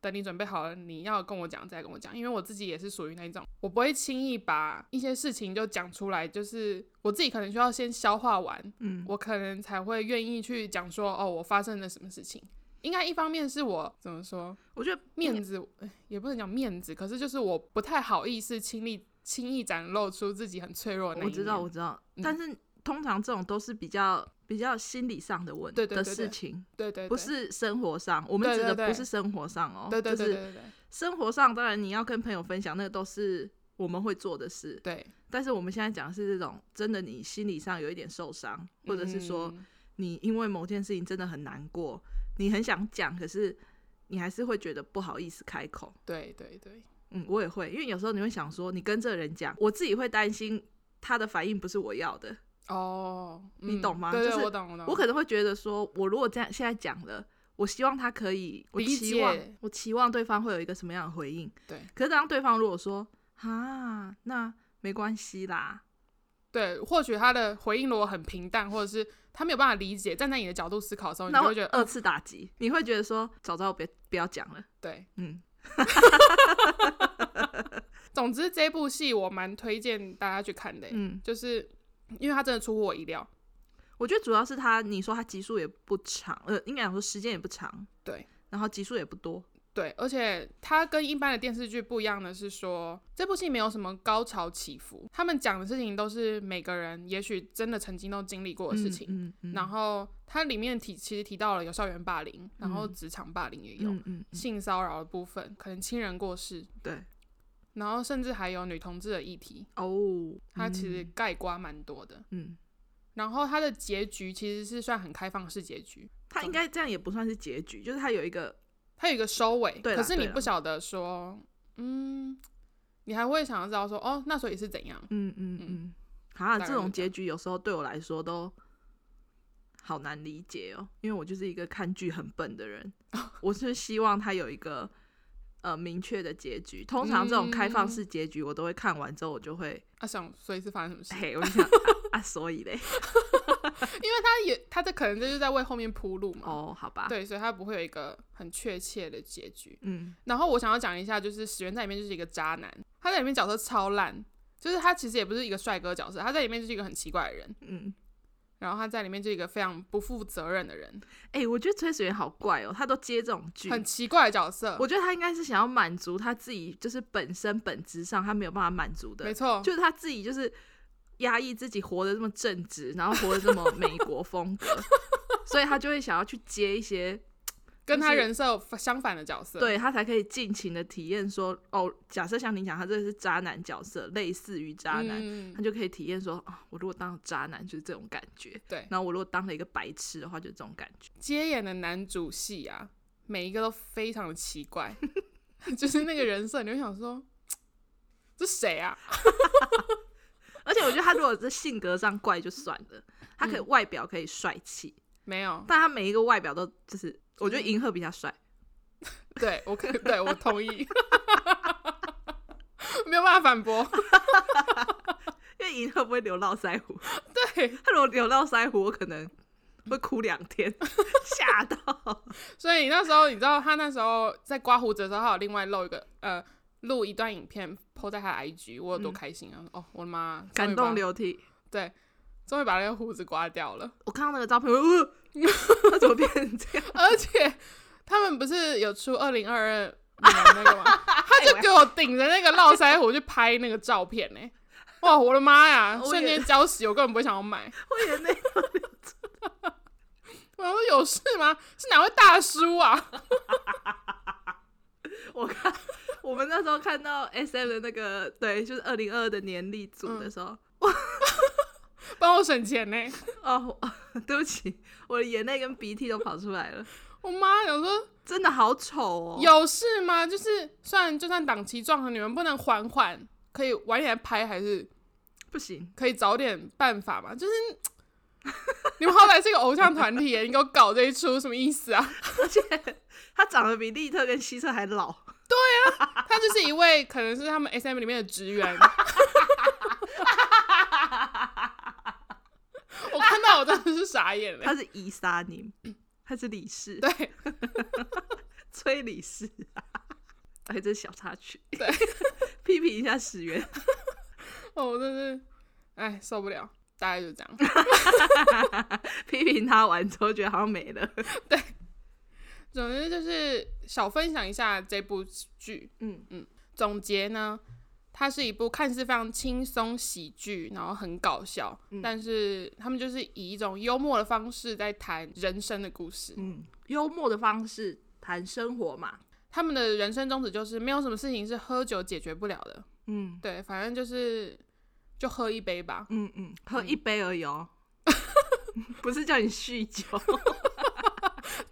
[SPEAKER 1] 等你准备好了，你要跟我讲再跟我讲，因为我自己也是属于那种，我不会轻易把一些事情就讲出来，就是我自己可能需要先消化完，
[SPEAKER 2] 嗯，
[SPEAKER 1] 我可能才会愿意去讲说，哦，我发生了什么事情。应该一方面是我怎么说
[SPEAKER 2] 我觉得
[SPEAKER 1] 面子，哎也不能讲面子，可是就是我不太好意思轻易轻易展露出自己很脆弱的那一
[SPEAKER 2] 我
[SPEAKER 1] 面。
[SPEAKER 2] 知道，我知道，
[SPEAKER 1] 嗯
[SPEAKER 2] 但是通常这种都是比较比较心理上的问
[SPEAKER 1] 对对对
[SPEAKER 2] 的
[SPEAKER 1] 对
[SPEAKER 2] 事情，
[SPEAKER 1] 对对对，
[SPEAKER 2] 不是生活上。我们
[SPEAKER 1] 对
[SPEAKER 2] 指
[SPEAKER 1] 对
[SPEAKER 2] 的
[SPEAKER 1] 对
[SPEAKER 2] 不是生活上哦，
[SPEAKER 1] 对，对对对
[SPEAKER 2] 就是
[SPEAKER 1] 对对
[SPEAKER 2] 生活上，当然你要跟朋友分享，那个都是我们会做的事。
[SPEAKER 1] 对，
[SPEAKER 2] 但是我们现在讲的是这种真的，你心理上有一点受伤，或者是说
[SPEAKER 1] 嗯
[SPEAKER 2] 你因为某件事情真的很难过，你很想讲，可是你还是会觉得不好意思开口。
[SPEAKER 1] 对对对，
[SPEAKER 2] 嗯，我也会，因为有时候你会想说，你跟这个人讲，我自己会担心他的反应不是我要的。
[SPEAKER 1] 哦，
[SPEAKER 2] 你
[SPEAKER 1] 嗯
[SPEAKER 2] 懂吗
[SPEAKER 1] 对对，
[SPEAKER 2] 就是
[SPEAKER 1] 我懂我懂，
[SPEAKER 2] 我可能会觉得说，我如果这样现在讲了，我希望他可以，我
[SPEAKER 1] 理
[SPEAKER 2] 期望
[SPEAKER 1] 解
[SPEAKER 2] 我期望对方会有一个什么样的回应。
[SPEAKER 1] 对，
[SPEAKER 2] 可是当对方如果说啊，那没关系啦，
[SPEAKER 1] 对，或许他的回应如果很平淡，或者是他没有办法理解，站在你的角度思考的时候，你
[SPEAKER 2] 那
[SPEAKER 1] 就
[SPEAKER 2] 我
[SPEAKER 1] 会觉得，
[SPEAKER 2] 二
[SPEAKER 1] 嗯，
[SPEAKER 2] 次打击，你会觉得说，早知道我别不要讲了。
[SPEAKER 1] 对，
[SPEAKER 2] 嗯，
[SPEAKER 1] (laughs) 总之这部戏我蛮推荐大家去看的、欸
[SPEAKER 2] 嗯，
[SPEAKER 1] 就是因为它真的出乎我意料。
[SPEAKER 2] 我觉得主要是他，你说他集数也不长，呃，应该讲说时间也不长，
[SPEAKER 1] 对，
[SPEAKER 2] 然后集数也不多，
[SPEAKER 1] 对，而且它跟一般的电视剧不一样的是说，这部戏没有什么高潮起伏，他们讲的事情都是每个人也许真的曾经都经历过的事情。
[SPEAKER 2] 嗯嗯，
[SPEAKER 1] 然后它里面提其实提到了有校园霸凌，然后职场霸凌也有，
[SPEAKER 2] 嗯嗯嗯嗯，
[SPEAKER 1] 性骚扰的部分，可能亲人过世，
[SPEAKER 2] 对，
[SPEAKER 1] 然后甚至还有女同志的议题，
[SPEAKER 2] 哦，
[SPEAKER 1] 它其实概括蛮多的。
[SPEAKER 2] 嗯，
[SPEAKER 1] 然后它的结局其实是算很开放式结局，
[SPEAKER 2] 他应该这样也不算是结局，就是他有一个
[SPEAKER 1] 它有一个收尾，
[SPEAKER 2] 对
[SPEAKER 1] 可
[SPEAKER 2] 啦
[SPEAKER 1] 是你
[SPEAKER 2] 对啦
[SPEAKER 1] 不晓得说，嗯，你还会想要知道说，哦，那所以是怎样？
[SPEAKER 2] 嗯嗯嗯，
[SPEAKER 1] 大
[SPEAKER 2] 啊，
[SPEAKER 1] 概
[SPEAKER 2] 这
[SPEAKER 1] 是
[SPEAKER 2] 种
[SPEAKER 1] 这
[SPEAKER 2] 结局有时候对我来说都好难理解哦，因为我就是一个看剧很笨的人，
[SPEAKER 1] 哦
[SPEAKER 2] (laughs) 我是希望他有一个呃明确的结局。通常这种开放
[SPEAKER 1] 嗯
[SPEAKER 2] 式结局，我都会看完之后，我
[SPEAKER 1] (laughs)
[SPEAKER 2] 就会
[SPEAKER 1] 啊，想所以是发生什么事？
[SPEAKER 2] 嘿，我就想啊啊，所
[SPEAKER 1] (laughs)
[SPEAKER 2] 以嘞，
[SPEAKER 1] 因为他也他这可能就是在为后面铺路嘛。
[SPEAKER 2] 哦，好吧，，
[SPEAKER 1] 对，所以他不会有一个很确切的结局。
[SPEAKER 2] 嗯，
[SPEAKER 1] 然后我想要讲一下，就是史源在里面就是一个渣男，他在里面角色超烂，就是他其实也不是一个帅哥角色，他在里面就是一个很奇怪的人，
[SPEAKER 2] 嗯，
[SPEAKER 1] 然后他在里面就是一个非常不负责任的人，
[SPEAKER 2] 哎、我觉得崔始源好怪哦，他都接这种剧，
[SPEAKER 1] 很奇怪的角色。
[SPEAKER 2] 我觉得他应该是想要满足他自己，就是本身本质上他没有办法满足的
[SPEAKER 1] 没，错，
[SPEAKER 2] 就是他自己就是压抑自己活得这么正直，然后活得这
[SPEAKER 1] (laughs)
[SPEAKER 2] 么美国风格，所以他就会想要去接一些，
[SPEAKER 1] 跟他
[SPEAKER 2] 就是
[SPEAKER 1] 人设相反的角色。，
[SPEAKER 2] 对他才可以尽情的体验说，哦，假设像你讲，他这个是渣男角色，类似于渣啊男，
[SPEAKER 1] 嗯
[SPEAKER 2] 他，就可以体验说，啊，我如果当渣男就是这种感觉，
[SPEAKER 1] 对。
[SPEAKER 2] 然后我如果当了一个白痴的话，就是这种感觉。
[SPEAKER 1] 接演的男主戏啊，每一个都非常的奇
[SPEAKER 2] (laughs)
[SPEAKER 1] 怪，就是那个人设，你会想说，这谁啊？
[SPEAKER 2] 而且我觉得他如果是性格上怪就算了，他
[SPEAKER 1] 嗯
[SPEAKER 2] 可以外表可以帅气，
[SPEAKER 1] 没有，
[SPEAKER 2] 但他每一个外表都就是，我
[SPEAKER 1] 嗯
[SPEAKER 2] 觉得银赫比他帅。
[SPEAKER 1] 对我可 (laughs) 对我同意，没有办法反驳。
[SPEAKER 2] 因为银赫不会流到腮胡，
[SPEAKER 1] 对，
[SPEAKER 2] (laughs) 他如果流到腮胡，我可能会哭两天， (laughs) 吓 (laughs) 到。
[SPEAKER 1] 所以那时候你知道他那时候在刮胡子的时候，他有另外露一个呃录一段影片 PO 在他的 IG，我有多开心啊！哦，我的妈，终于
[SPEAKER 2] 嗯感
[SPEAKER 1] 把
[SPEAKER 2] 动流涕。
[SPEAKER 1] 对，终于把那个胡子刮掉了，
[SPEAKER 2] 我看到那个照片，我呃 (laughs) 他怎么变成这样？
[SPEAKER 1] (laughs) 而且他们不是有出二零二二年那
[SPEAKER 2] (laughs)
[SPEAKER 1] 个吗？
[SPEAKER 2] 他
[SPEAKER 1] 就给我顶着那个络腮胡去拍那个照片
[SPEAKER 2] (laughs)
[SPEAKER 1] 呢、哇，我的妈呀！
[SPEAKER 2] 我也
[SPEAKER 1] 瞬间浇熄，我根本不会想要买。
[SPEAKER 2] (laughs) 我眼泪。
[SPEAKER 1] 我想说有事吗？是哪位大叔啊？ (laughs)
[SPEAKER 2] 我看 (laughs) 我们那时候看到 S M 的那个，对，就是二零二二的年历组的时候，
[SPEAKER 1] 帮我省钱呢、
[SPEAKER 2] 哦， (laughs) 我对不起，我的眼泪跟鼻涕都跑出来了，
[SPEAKER 1] 我妈想说
[SPEAKER 2] 真的好丑哦。
[SPEAKER 1] 有事吗？就是算就算档期撞了，你们不能缓缓，可以晚点拍，还是
[SPEAKER 2] 不行，
[SPEAKER 1] 可以早点办法嘛？就是 (laughs) 你们好歹是个偶像团体耶，你给我搞这一出什么意思啊？
[SPEAKER 2] 而且他长得比利特跟希特还老，
[SPEAKER 1] 他就是一位可能是他们 S M 里面的职员。 (laughs) 我看到我真的是傻眼了
[SPEAKER 2] 他。是伊莎宁，他是李氏。
[SPEAKER 1] 对，
[SPEAKER 2] 崔理事、啊，哎，这是小插曲，
[SPEAKER 1] 对，
[SPEAKER 2] 批评一下史源，
[SPEAKER 1] 哦，我真是，哎，受不了，大概就这
[SPEAKER 2] (laughs)
[SPEAKER 1] 样。
[SPEAKER 2] 批评他完之后觉得好像没了，
[SPEAKER 1] 总之就是小分享一下这部剧。
[SPEAKER 2] 嗯，
[SPEAKER 1] 总结呢，它是一部看似非常轻松喜剧，然后很搞笑，
[SPEAKER 2] 嗯
[SPEAKER 1] 但是他们就是以一种幽默的方式在谈人生的故事。
[SPEAKER 2] 嗯，幽默的方式谈生活嘛，
[SPEAKER 1] 他们的人生宗旨就是没有什么事情是喝酒解决不了的。
[SPEAKER 2] 嗯
[SPEAKER 1] 对，反正就是就喝一杯吧。 (laughs)
[SPEAKER 2] 嗯嗯，喝一杯而已 (laughs) 哦，不是叫你酗 (laughs) 酒，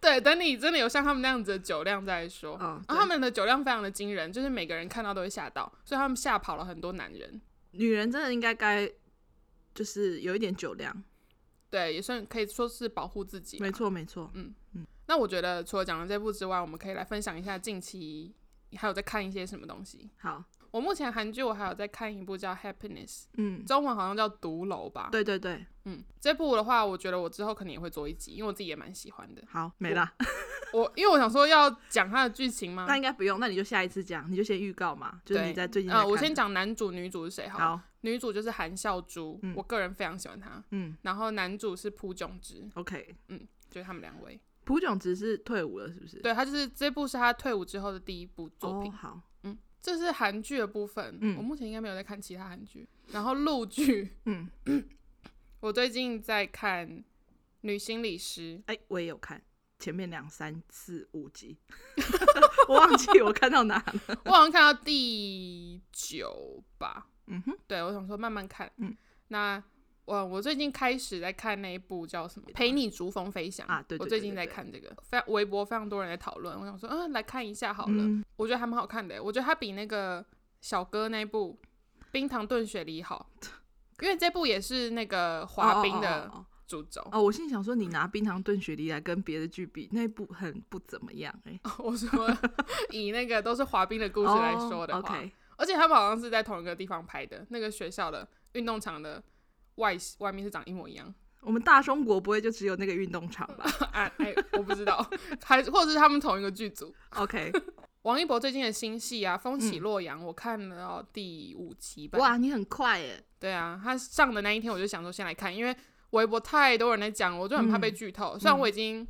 [SPEAKER 1] 对，等你真的有像他们那样子的酒量再说。
[SPEAKER 2] 嗯，
[SPEAKER 1] 然后他们的酒量非常的惊人，就是每个人看到都会吓到，所以他们吓跑了很多男人。
[SPEAKER 2] 女人真的应该该就是有一点酒量，
[SPEAKER 1] 对，也算可以说是保护自己。
[SPEAKER 2] 没错没错，
[SPEAKER 1] 那我觉得除了讲了这部之外，我们可以来分享一下近期还有在看一些什么东西。
[SPEAKER 2] 好，
[SPEAKER 1] 我目前韩剧我还有在看一部叫《Happiness》，
[SPEAKER 2] 嗯，
[SPEAKER 1] 中文好像叫《独楼》吧。，
[SPEAKER 2] 对对对，
[SPEAKER 1] 嗯，这部的话，我觉得我之后可能也会做一集，因为我自己也蛮喜欢的。
[SPEAKER 2] 好，没啦，
[SPEAKER 1] 我因为我想说要讲它的剧情嘛，
[SPEAKER 2] 那应该不用，那你就下一次讲，你就先预告嘛，就是
[SPEAKER 1] 对
[SPEAKER 2] 你在最近在
[SPEAKER 1] 呃，我
[SPEAKER 2] 看
[SPEAKER 1] 先
[SPEAKER 2] 的，
[SPEAKER 1] 讲男主女主是谁好了。
[SPEAKER 2] 好，
[SPEAKER 1] 女主就是韩孝珠，
[SPEAKER 2] 嗯
[SPEAKER 1] 我个人非常喜欢她。
[SPEAKER 2] 嗯
[SPEAKER 1] 然后男主是朴炯植，
[SPEAKER 2] ，OK。
[SPEAKER 1] 就是他们两位。
[SPEAKER 2] 朴炯植是退伍了，是不是？
[SPEAKER 1] 对他就是这部是他退伍之后的第一部作
[SPEAKER 2] 哦，
[SPEAKER 1] 品。
[SPEAKER 2] 好，
[SPEAKER 1] 这是韩剧的部分，
[SPEAKER 2] 嗯
[SPEAKER 1] 我目前应该没有在看其他韩剧。然后陆剧，
[SPEAKER 2] (laughs) 嗯，
[SPEAKER 1] 我最近在看《女心理师》，
[SPEAKER 2] 哎、我也有看，前面两三四五集， (laughs) 我忘记我看到哪了。
[SPEAKER 1] 我好像看到第九吧，
[SPEAKER 2] 嗯哼，
[SPEAKER 1] 对我想说慢慢看，
[SPEAKER 2] 嗯，
[SPEAKER 1] 那呃我我最近开始在看那一部叫什么《陪你逐风飞翔》
[SPEAKER 2] 啊对对
[SPEAKER 1] 我最
[SPEAKER 2] 对
[SPEAKER 1] 近
[SPEAKER 2] 对
[SPEAKER 1] 在
[SPEAKER 2] 对
[SPEAKER 1] 看这个，非常微博非常多人在讨论，我想说，嗯，来看一下好
[SPEAKER 2] 好
[SPEAKER 1] 了，我觉得还蛮好看的，我觉得它比那个小哥那一部《冰糖炖雪梨》
[SPEAKER 2] (laughs)
[SPEAKER 1] 好，因为这部也是那个滑冰
[SPEAKER 2] 哦
[SPEAKER 1] 的
[SPEAKER 2] 哦哦
[SPEAKER 1] 主轴。
[SPEAKER 2] 哦，我心里想说，你拿冰糖炖雪梨来跟别的剧比，那部很不怎么样哎、
[SPEAKER 1] (laughs) 我说以那个都是滑冰的故事来说的
[SPEAKER 2] 哦
[SPEAKER 1] 话
[SPEAKER 2] OK，
[SPEAKER 1] 而且他们好像是在同一个地方拍的，那个学校的运动场的外外面是长一模一样。
[SPEAKER 2] 我们大中国不会就只有那个运动场
[SPEAKER 1] (laughs)
[SPEAKER 2] 吧
[SPEAKER 1] 哎哎，我不知道， (laughs) 还或者是他们同一个剧组。
[SPEAKER 2] ？OK，
[SPEAKER 1] 王一博最近的新戏啊，《风起洛阳》，我看了到第五集吧。
[SPEAKER 2] 嗯哇，你很快哎，
[SPEAKER 1] 对啊，他上的那一天我就想说先来看，因为微博太多人在讲，我就很怕
[SPEAKER 2] 嗯
[SPEAKER 1] 被剧透。虽然我已经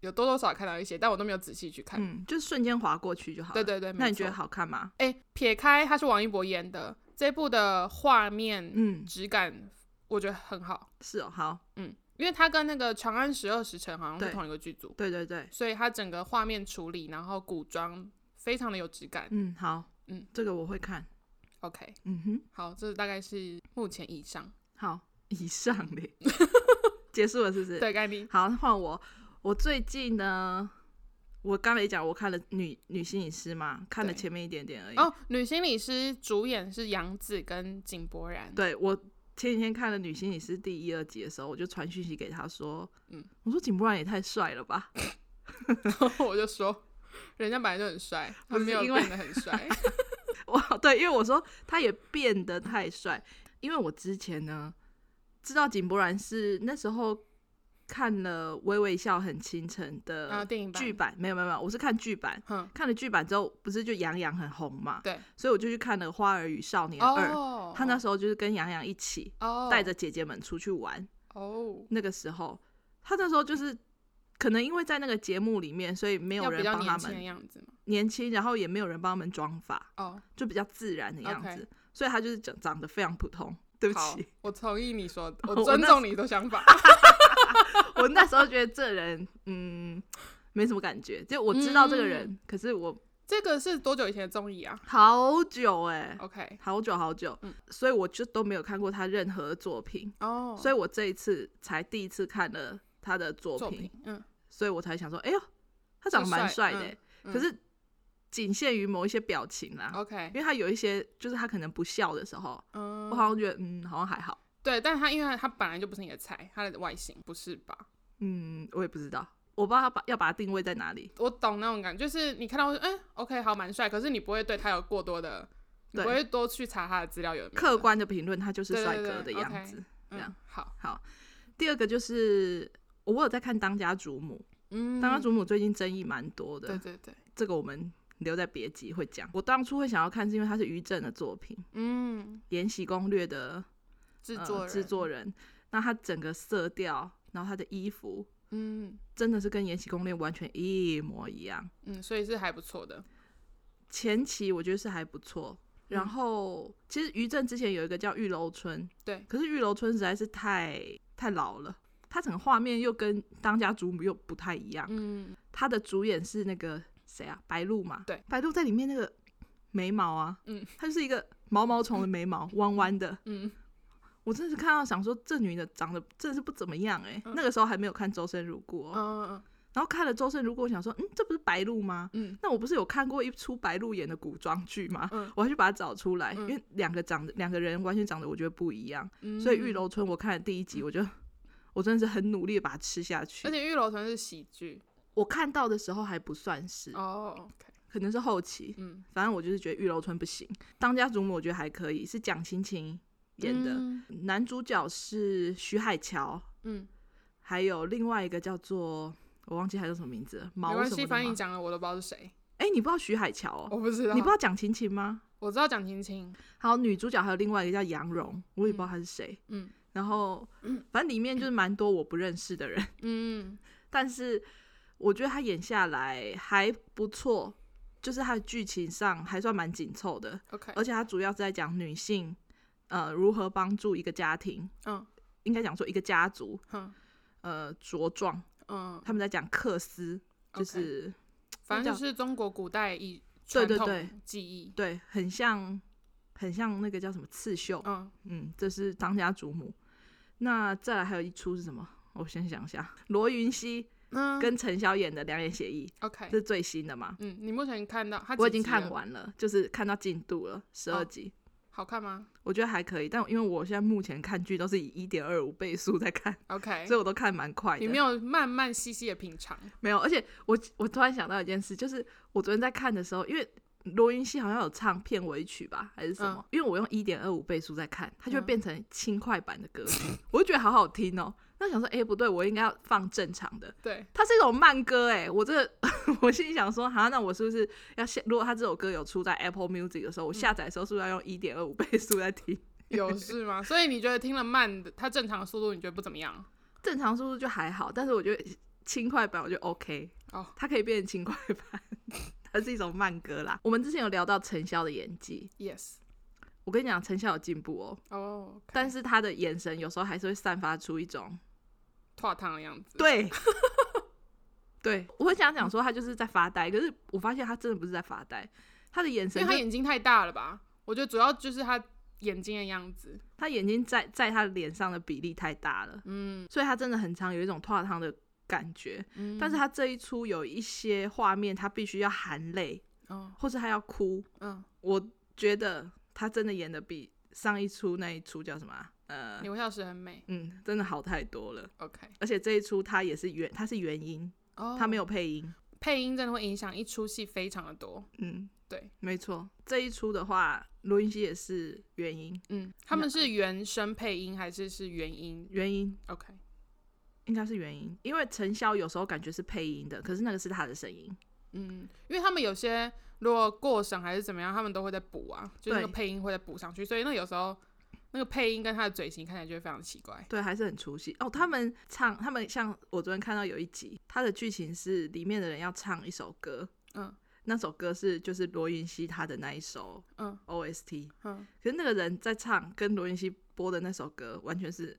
[SPEAKER 1] 有多多少少看到一些，但我都没有仔细去看。
[SPEAKER 2] 嗯，就瞬间划过去就好了。
[SPEAKER 1] 对对对，
[SPEAKER 2] 那
[SPEAKER 1] 没
[SPEAKER 2] 你觉得
[SPEAKER 1] 错？
[SPEAKER 2] 好看吗？
[SPEAKER 1] 哎、撇开他是王一博演的，这部的画面
[SPEAKER 2] 嗯，
[SPEAKER 1] 质感我觉得很好，
[SPEAKER 2] 是哦，好，
[SPEAKER 1] 嗯，因为他跟那个《长安十二时辰》好像是
[SPEAKER 2] 对
[SPEAKER 1] 同一个剧组，
[SPEAKER 2] 对对对，
[SPEAKER 1] 所以他整个画面处理，然后古装非常的有质感。
[SPEAKER 2] 嗯，好，
[SPEAKER 1] 嗯，
[SPEAKER 2] 这个我会看，
[SPEAKER 1] OK，
[SPEAKER 2] 嗯哼，
[SPEAKER 1] 好，这大概是目前以上。
[SPEAKER 2] 好，以上
[SPEAKER 1] (laughs)
[SPEAKER 2] 嘞，结束了是不是？
[SPEAKER 1] 对，概念
[SPEAKER 2] 好，换我。我最近呢，我刚才也讲，我看了女女心理师嘛，看了
[SPEAKER 1] 对
[SPEAKER 2] 前面一点点而已。
[SPEAKER 1] 哦，女心理师主演是杨紫跟井柏然。
[SPEAKER 2] 对我前几天看了《女心理师》第一、二集的时候，我就传讯息给他说，
[SPEAKER 1] 嗯，
[SPEAKER 2] 我说井柏然也太帅了吧， (laughs)
[SPEAKER 1] 然 (laughs) 后我就说，人家本来就很帅，他
[SPEAKER 2] 不是
[SPEAKER 1] 没有
[SPEAKER 2] 因为
[SPEAKER 1] 变得很
[SPEAKER 2] (laughs)
[SPEAKER 1] 帅。
[SPEAKER 2] 哇，对，因为我说他也变得太帅，因为我之前呢知道井柏然是那时候看了《微微一笑很倾城》
[SPEAKER 1] 然后
[SPEAKER 2] 的
[SPEAKER 1] 电影版，
[SPEAKER 2] 剧版，没有没有没有，我是看剧版。
[SPEAKER 1] 哼，
[SPEAKER 2] 看了剧版之后，不是就杨洋很红嘛？
[SPEAKER 1] 对，
[SPEAKER 2] 所以我就去看了《花儿与少年二》
[SPEAKER 1] 哦，
[SPEAKER 2] 他那时候就是跟杨洋一起
[SPEAKER 1] 哦
[SPEAKER 2] 带着姐姐们出去玩，
[SPEAKER 1] 哦，
[SPEAKER 2] 那个时候，他那时候就是可能因为在那个节目里面，所以没有
[SPEAKER 1] 要比
[SPEAKER 2] 人
[SPEAKER 1] 较
[SPEAKER 2] 帮他
[SPEAKER 1] 年轻的
[SPEAKER 2] 们
[SPEAKER 1] 样子嘛。
[SPEAKER 2] 年轻，然后也没有人帮他们妆发，
[SPEAKER 1] 哦，
[SPEAKER 2] 就比较自然的样
[SPEAKER 1] OK
[SPEAKER 2] 子所以他就是长长得非常普通。对不
[SPEAKER 1] 好
[SPEAKER 2] 起，，
[SPEAKER 1] 我同意你
[SPEAKER 2] (laughs)
[SPEAKER 1] 说的，
[SPEAKER 2] 我
[SPEAKER 1] 我尊
[SPEAKER 2] 那
[SPEAKER 1] 重你的想法。
[SPEAKER 2] (laughs) 我那时候觉得这人嗯没什么感觉，就我知道这个人，
[SPEAKER 1] 嗯
[SPEAKER 2] 可是我
[SPEAKER 1] 这个是多久以前的综艺啊
[SPEAKER 2] 好久哎、
[SPEAKER 1] ？OK，
[SPEAKER 2] 好久好久，
[SPEAKER 1] 嗯
[SPEAKER 2] 所以我就都没有看过他任何作品，
[SPEAKER 1] 哦，
[SPEAKER 2] 所以我这一次才第一次看了他的作
[SPEAKER 1] 作
[SPEAKER 2] 品，
[SPEAKER 1] 品，嗯，
[SPEAKER 2] 所以我才想说，哎呦，他长得蛮
[SPEAKER 1] 是
[SPEAKER 2] 帅
[SPEAKER 1] 帅
[SPEAKER 2] 的、欸
[SPEAKER 1] 嗯哦
[SPEAKER 2] 可是仅限于某一些表情啦，
[SPEAKER 1] OK，
[SPEAKER 2] 啊因为他有一些就是他可能不笑的时候，
[SPEAKER 1] 嗯，
[SPEAKER 2] 我好像觉得嗯好像还好，
[SPEAKER 1] 对，但他因为他本来就不是你的菜，他的外形不是吧？
[SPEAKER 2] 嗯我也不知道，我不知道他把要把它定位在哪里，
[SPEAKER 1] 我懂那种感觉，就是你看到哎、o k 好，蛮帅，可是你不会对他有过多的，你
[SPEAKER 2] 对
[SPEAKER 1] 不会多去查他的资料有没有
[SPEAKER 2] 客观的评论他就是
[SPEAKER 1] 对对
[SPEAKER 2] 帅
[SPEAKER 1] 对
[SPEAKER 2] 哥的样子。这
[SPEAKER 1] 嗯
[SPEAKER 2] 样，
[SPEAKER 1] 好，
[SPEAKER 2] 好，第二个就是我有在看《当家主母》，
[SPEAKER 1] 嗯，
[SPEAKER 2] 当家主母》最近争议蛮多的，
[SPEAKER 1] 对对对，
[SPEAKER 2] 这个我们留在别集会讲。我当初会想要看是因为它是于正的作品，《
[SPEAKER 1] 嗯，
[SPEAKER 2] 延禧攻略》的
[SPEAKER 1] 制
[SPEAKER 2] 呃
[SPEAKER 1] 作人
[SPEAKER 2] 制、作人，那他整个色调，然后他的衣服，
[SPEAKER 1] 嗯
[SPEAKER 2] 真的是跟《延禧攻略》完全一模一样。
[SPEAKER 1] 嗯，所以是还不错的，
[SPEAKER 2] 前期我觉得是还不错，
[SPEAKER 1] 嗯
[SPEAKER 2] 然后、其实于正之前有一个叫《玉楼春》，
[SPEAKER 1] 对，
[SPEAKER 2] 可是《玉楼春》实在是太太老了，它整个画面又跟《当家主母》又不太一样。
[SPEAKER 1] 嗯，
[SPEAKER 2] 它的主演是那个谁啊？白鹿嘛，
[SPEAKER 1] 对，
[SPEAKER 2] 白鹿在里面那个眉毛啊，
[SPEAKER 1] 嗯，
[SPEAKER 2] 它就是一个毛毛虫的眉
[SPEAKER 1] (laughs)
[SPEAKER 2] 毛，弯弯的，
[SPEAKER 1] 嗯，
[SPEAKER 2] 我真的是看到想说，这女的长得真的是不怎么样哎、那个时候还没有看《周生如故、
[SPEAKER 1] 嗯
[SPEAKER 2] 哦》
[SPEAKER 1] 嗯
[SPEAKER 2] 然后看了《周生如故》，我想说，嗯，这不是白鹿吗？
[SPEAKER 1] 嗯，
[SPEAKER 2] 那我不是有看过一出白鹿演的古装剧吗？
[SPEAKER 1] 嗯
[SPEAKER 2] 我还去把它找出来，
[SPEAKER 1] 嗯
[SPEAKER 2] 因为两个长得两个人完全长得我觉得不一样，
[SPEAKER 1] 嗯
[SPEAKER 2] 所以《玉，楼春》我看了第一集，我就我真的是很努力地把它吃下去
[SPEAKER 1] 而。且玉楼团是喜剧
[SPEAKER 2] 我看到的时候还不算是，
[SPEAKER 1] 哦，OK，
[SPEAKER 2] 可能是后期，
[SPEAKER 1] 嗯，
[SPEAKER 2] 反正我就是觉得《玉楼春》不行，《当家主母》我觉得还可以，是蒋勤勤演的，
[SPEAKER 1] 嗯
[SPEAKER 2] 男主角是徐海乔，
[SPEAKER 1] 嗯，
[SPEAKER 2] 还有另外一个叫做我忘记还有什么名字了，
[SPEAKER 1] 没
[SPEAKER 2] 毛什么
[SPEAKER 1] 关
[SPEAKER 2] 的
[SPEAKER 1] 系，反正
[SPEAKER 2] 吗
[SPEAKER 1] 你讲了我都不知道是谁，
[SPEAKER 2] 哎、你不知道徐海乔哦、
[SPEAKER 1] 我不知道，
[SPEAKER 2] 你不知道蒋勤勤吗？
[SPEAKER 1] 我知道蒋勤勤，
[SPEAKER 2] 还有女主角还有另外一个叫杨蓉，我也不知道她是谁。
[SPEAKER 1] 嗯
[SPEAKER 2] 然后反正里面就是蛮多我不认识的人，
[SPEAKER 1] 嗯
[SPEAKER 2] 但是我觉得她演下来还不错，就是她的剧情上还算蛮紧凑的，
[SPEAKER 1] ，OK，
[SPEAKER 2] 而且她主要是在讲女性呃如何帮助一个家庭，
[SPEAKER 1] 嗯
[SPEAKER 2] 应该讲说一个家族
[SPEAKER 1] 哼
[SPEAKER 2] 呃茁壮。
[SPEAKER 1] 嗯，
[SPEAKER 2] 他们在讲克斯，就
[SPEAKER 1] OK
[SPEAKER 2] 是
[SPEAKER 1] 反正
[SPEAKER 2] 叫
[SPEAKER 1] 就是中国古代以传
[SPEAKER 2] 对对对
[SPEAKER 1] 统技艺，
[SPEAKER 2] 对，很像很像那个叫什么刺绣，
[SPEAKER 1] 嗯，
[SPEAKER 2] 嗯，这是当家主母。那再来还有一出是什么？我先想一下，罗云熙
[SPEAKER 1] 那
[SPEAKER 2] 跟陈晓演的《两眼协议》，
[SPEAKER 1] OK，
[SPEAKER 2] 这是最新的嘛？
[SPEAKER 1] 嗯，你目前看到他
[SPEAKER 2] 我已经看，完了，就是看到进度了，十二
[SPEAKER 1] 哦
[SPEAKER 2] 集。
[SPEAKER 1] 好看吗
[SPEAKER 2] 我觉得还可以，但因为我现在目前看剧都是以一点二五倍速在看，
[SPEAKER 1] ？OK，
[SPEAKER 2] (laughs) 所以我都看蛮快
[SPEAKER 1] 你
[SPEAKER 2] 的。
[SPEAKER 1] 没有慢慢细细的品尝，
[SPEAKER 2] 没有，而且我我突然想到一件事，就是我昨天在看的时候，因为罗云熙好像有唱片尾曲吧，还是什么？因为我用一点二五倍速在看，它就会
[SPEAKER 1] 嗯
[SPEAKER 2] 变成轻快版的歌
[SPEAKER 1] (laughs)
[SPEAKER 2] 曲，我就觉得好好听哦。那想说，哎、不对，我应该要放正常的。 (laughs)
[SPEAKER 1] 对，
[SPEAKER 2] 它是一种慢歌，哎，我这 (laughs) 我心里想说，哈，那我是不是要下？如果它这首歌有出在 Apple Music 的时候，
[SPEAKER 1] 嗯
[SPEAKER 2] 我下载的时候是不是要用一点二五倍速在听？
[SPEAKER 1] 有是吗？所以你觉得听了慢的，它正常的速度你觉得不怎么样？
[SPEAKER 2] 正常速度就还好，但是我觉得轻快版我就 OK，
[SPEAKER 1] 哦
[SPEAKER 2] 它可以变成轻快版， (laughs) 它是一种慢歌啦。我们之前有聊到陈潇的演技，
[SPEAKER 1] ？Yes，
[SPEAKER 2] 我跟你讲，陈潇有进步哦，
[SPEAKER 1] 哦，
[SPEAKER 2] 但是他的眼神有时候还是会散发出
[SPEAKER 1] (laughs)
[SPEAKER 2] 一种
[SPEAKER 1] 拓汤的样子，
[SPEAKER 2] 对。 (laughs) 对，我很想讲说他就是在发呆，可是我发现他真的不是在发呆，他的眼
[SPEAKER 1] 因
[SPEAKER 2] 神
[SPEAKER 1] 为
[SPEAKER 2] 就
[SPEAKER 1] 他眼睛太大了吧？我觉得主要就是他眼睛的样子，
[SPEAKER 2] 他眼睛在在他的脸上的比例太大了，
[SPEAKER 1] 嗯，
[SPEAKER 2] 所以他真的很常有一种泡汤的感觉。
[SPEAKER 1] 嗯
[SPEAKER 2] 但是他这一出有一些画面，他必须要含泪，
[SPEAKER 1] 哦，
[SPEAKER 2] 或是他要哭，
[SPEAKER 1] 嗯，
[SPEAKER 2] 我觉得他真的演的比上一出那一出叫什么啊、呃，
[SPEAKER 1] 你微笑时很美
[SPEAKER 2] 嗯，真的好太多了。
[SPEAKER 1] ，OK，
[SPEAKER 2] 而且这一出他也是原，他是原音，
[SPEAKER 1] 哦，
[SPEAKER 2] 他没有配音。
[SPEAKER 1] 配音真的会影响一出戏非常的多，
[SPEAKER 2] 嗯，
[SPEAKER 1] 对，
[SPEAKER 2] 没错。这一出的话，罗云熙也是原音，
[SPEAKER 1] 嗯，他们是原声配音还是是原音
[SPEAKER 2] 原音
[SPEAKER 1] ？OK，
[SPEAKER 2] 应该是原音，因为陈潇有时候感觉是配音的，可是那个是他的声音。
[SPEAKER 1] 嗯，因为他们有些如果过审还是怎么样，他们都会再补啊，就是那个
[SPEAKER 2] 对
[SPEAKER 1] 配音会再补上去，所以那有时候那个配音跟他的嘴型看起来就会非常奇怪。
[SPEAKER 2] 对，还是很出戏哦。他们唱，他们像我昨天看到有一集，它的剧情是里面的人要唱一首歌，
[SPEAKER 1] 嗯，
[SPEAKER 2] 那首歌是就是罗云熙他的那一首，
[SPEAKER 1] 嗯
[SPEAKER 2] ，OST，
[SPEAKER 1] 嗯，
[SPEAKER 2] 可是那个人在唱跟罗云熙播的那首歌完全是，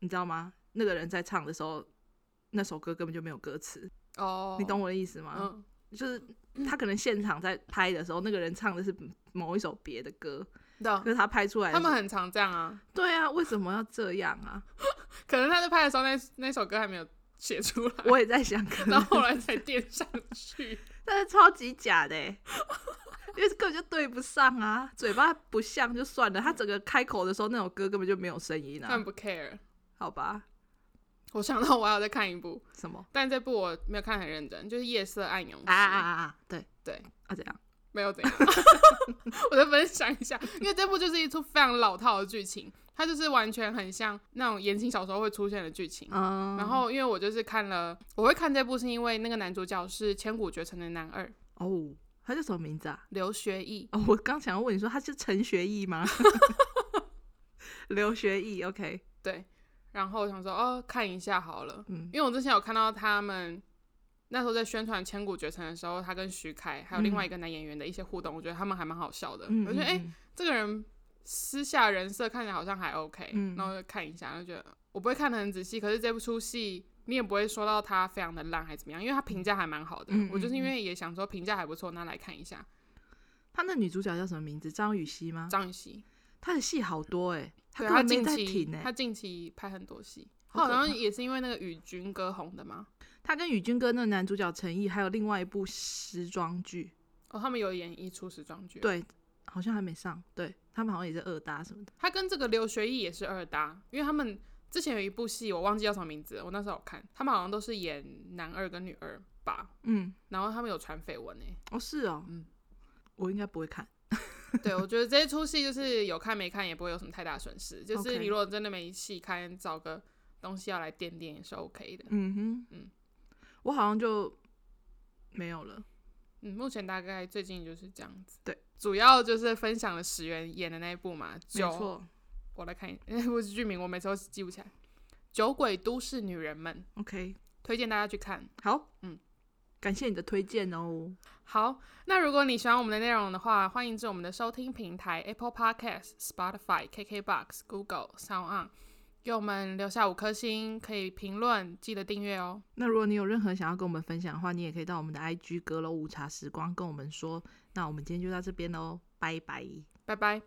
[SPEAKER 2] 你知道吗？那个人在唱的时候，那首歌根本就没有歌词，
[SPEAKER 1] 哦，
[SPEAKER 2] 你懂我的意思吗？
[SPEAKER 1] 嗯，
[SPEAKER 2] 就是他可能现场在拍的时候，那个人唱的是某一首别的歌，可
[SPEAKER 1] 懂。
[SPEAKER 2] 是他拍出来的
[SPEAKER 1] 他们
[SPEAKER 2] 时候
[SPEAKER 1] 很常这样啊，
[SPEAKER 2] 对啊，为什么要这样啊？
[SPEAKER 1] 可能他在拍的时候那那首歌还没有写出来，
[SPEAKER 2] 我也在想，可能
[SPEAKER 1] 然后后来才垫上
[SPEAKER 2] (laughs)
[SPEAKER 1] 去。
[SPEAKER 2] 但是超级假的欸， (laughs) 因为根本就对不上啊，嘴巴不像就算了，他整个开口的时候那首歌根本就没有声音
[SPEAKER 1] 他
[SPEAKER 2] 啊
[SPEAKER 1] 们，不 care。
[SPEAKER 2] 好吧？
[SPEAKER 1] 我想到我还要再看一部，
[SPEAKER 2] 什么
[SPEAKER 1] 但这部我没有看很认真，嗯就是《夜色暗涌时》
[SPEAKER 2] 啊啊啊啊？对
[SPEAKER 1] 对，
[SPEAKER 2] 啊怎样？
[SPEAKER 1] 没有怎样。 (laughs) 我再分享一下，因为这部就是一出非常老套的剧情，它就是完全很像那种言情小说会出现的剧情。
[SPEAKER 2] 嗯，
[SPEAKER 1] 然后，因为我就是看了，我会看这部是因为那个男主角是《千古绝尘》的男二
[SPEAKER 2] 哦，他叫什么名字啊？
[SPEAKER 1] 刘学义，
[SPEAKER 2] 哦，我刚想要问你说他是陈学
[SPEAKER 1] (laughs)
[SPEAKER 2] 义吗？刘学义，OK，
[SPEAKER 1] 对。然后我想说，哦，看一下好了，
[SPEAKER 2] 嗯
[SPEAKER 1] 因为我之前有看到他们那时候在宣传《千古绝尘》的时候，他跟徐凯还有另外一个男演员的一些互动，我觉得他们还蛮好笑的。
[SPEAKER 2] 嗯，
[SPEAKER 1] 我觉得，哎、
[SPEAKER 2] 嗯，嗯
[SPEAKER 1] 这个人私下人设看起来好像还 OK，、
[SPEAKER 2] 嗯
[SPEAKER 1] 然后就看一下，就觉得我不会看得很仔细，可是这部出戏你也不会说到它非常的烂还怎么样，因为它评价还蛮好的。
[SPEAKER 2] 嗯嗯
[SPEAKER 1] 我就是因为也想说评价还不错，那来看一下
[SPEAKER 2] 他那女主角叫什么名字？张雨绮吗？
[SPEAKER 1] 张雨绮，
[SPEAKER 2] 她的戏好多哎，她
[SPEAKER 1] 对
[SPEAKER 2] 嗯根
[SPEAKER 1] 她
[SPEAKER 2] 本没
[SPEAKER 1] 近
[SPEAKER 2] 在
[SPEAKER 1] 期
[SPEAKER 2] 停哎，
[SPEAKER 1] 她近期拍很多戏，
[SPEAKER 2] 好
[SPEAKER 1] 她
[SPEAKER 2] 可
[SPEAKER 1] 好
[SPEAKER 2] 怕
[SPEAKER 1] 像也是因为那个与君歌红的嘛。
[SPEAKER 2] 他跟宇君哥那个男主角陈毅，还有另外一部时装剧，
[SPEAKER 1] 哦，他们有演一出时装剧，，
[SPEAKER 2] 对，好像还没上，对他们好像也是二搭什么的。
[SPEAKER 1] 他跟这个刘学义也是二搭，因为他们之前有一部戏我忘记叫什么名字了，我那时候有看，他们好像都是演男二跟女二吧，
[SPEAKER 2] 嗯，
[SPEAKER 1] 然后他们有传绯闻诶、欸
[SPEAKER 2] 哦是哦，
[SPEAKER 1] 嗯
[SPEAKER 2] 我应该不会看。
[SPEAKER 1] 对，我觉得这一出戏就是有看没看也不会有什么太大损失，就是
[SPEAKER 2] OK
[SPEAKER 1] 你如果真的没戏看，找个东西要来垫垫也是 OK 的。
[SPEAKER 2] 嗯哼，
[SPEAKER 1] 嗯
[SPEAKER 2] 我好像就没有了。
[SPEAKER 1] 嗯，目前大概最近就是这样子。
[SPEAKER 2] 对，
[SPEAKER 1] 主要就是分享了史源演的那一部嘛，
[SPEAKER 2] 没
[SPEAKER 1] 酒。
[SPEAKER 2] 错
[SPEAKER 1] 我来看一，那部剧 (laughs) 名我每次都记不起来，《酒鬼都市女人们》，
[SPEAKER 2] ，OK，
[SPEAKER 1] 推荐大家去看。
[SPEAKER 2] 好，
[SPEAKER 1] 嗯，
[SPEAKER 2] 感谢你的推荐哦。
[SPEAKER 1] 好，那如果你喜欢我们的内容的话，欢迎至我们的收听平台 Apple Podcast、Spotify、KKBox、Google、Sound On 给我们留下五颗星，可以评论，记得订阅哦。
[SPEAKER 2] 那如果你有任何想要跟我们分享的话，你也可以到我们的 IG 阁楼午茶时光跟我们说。那我们今天就到这边喽，拜拜。
[SPEAKER 1] 拜拜。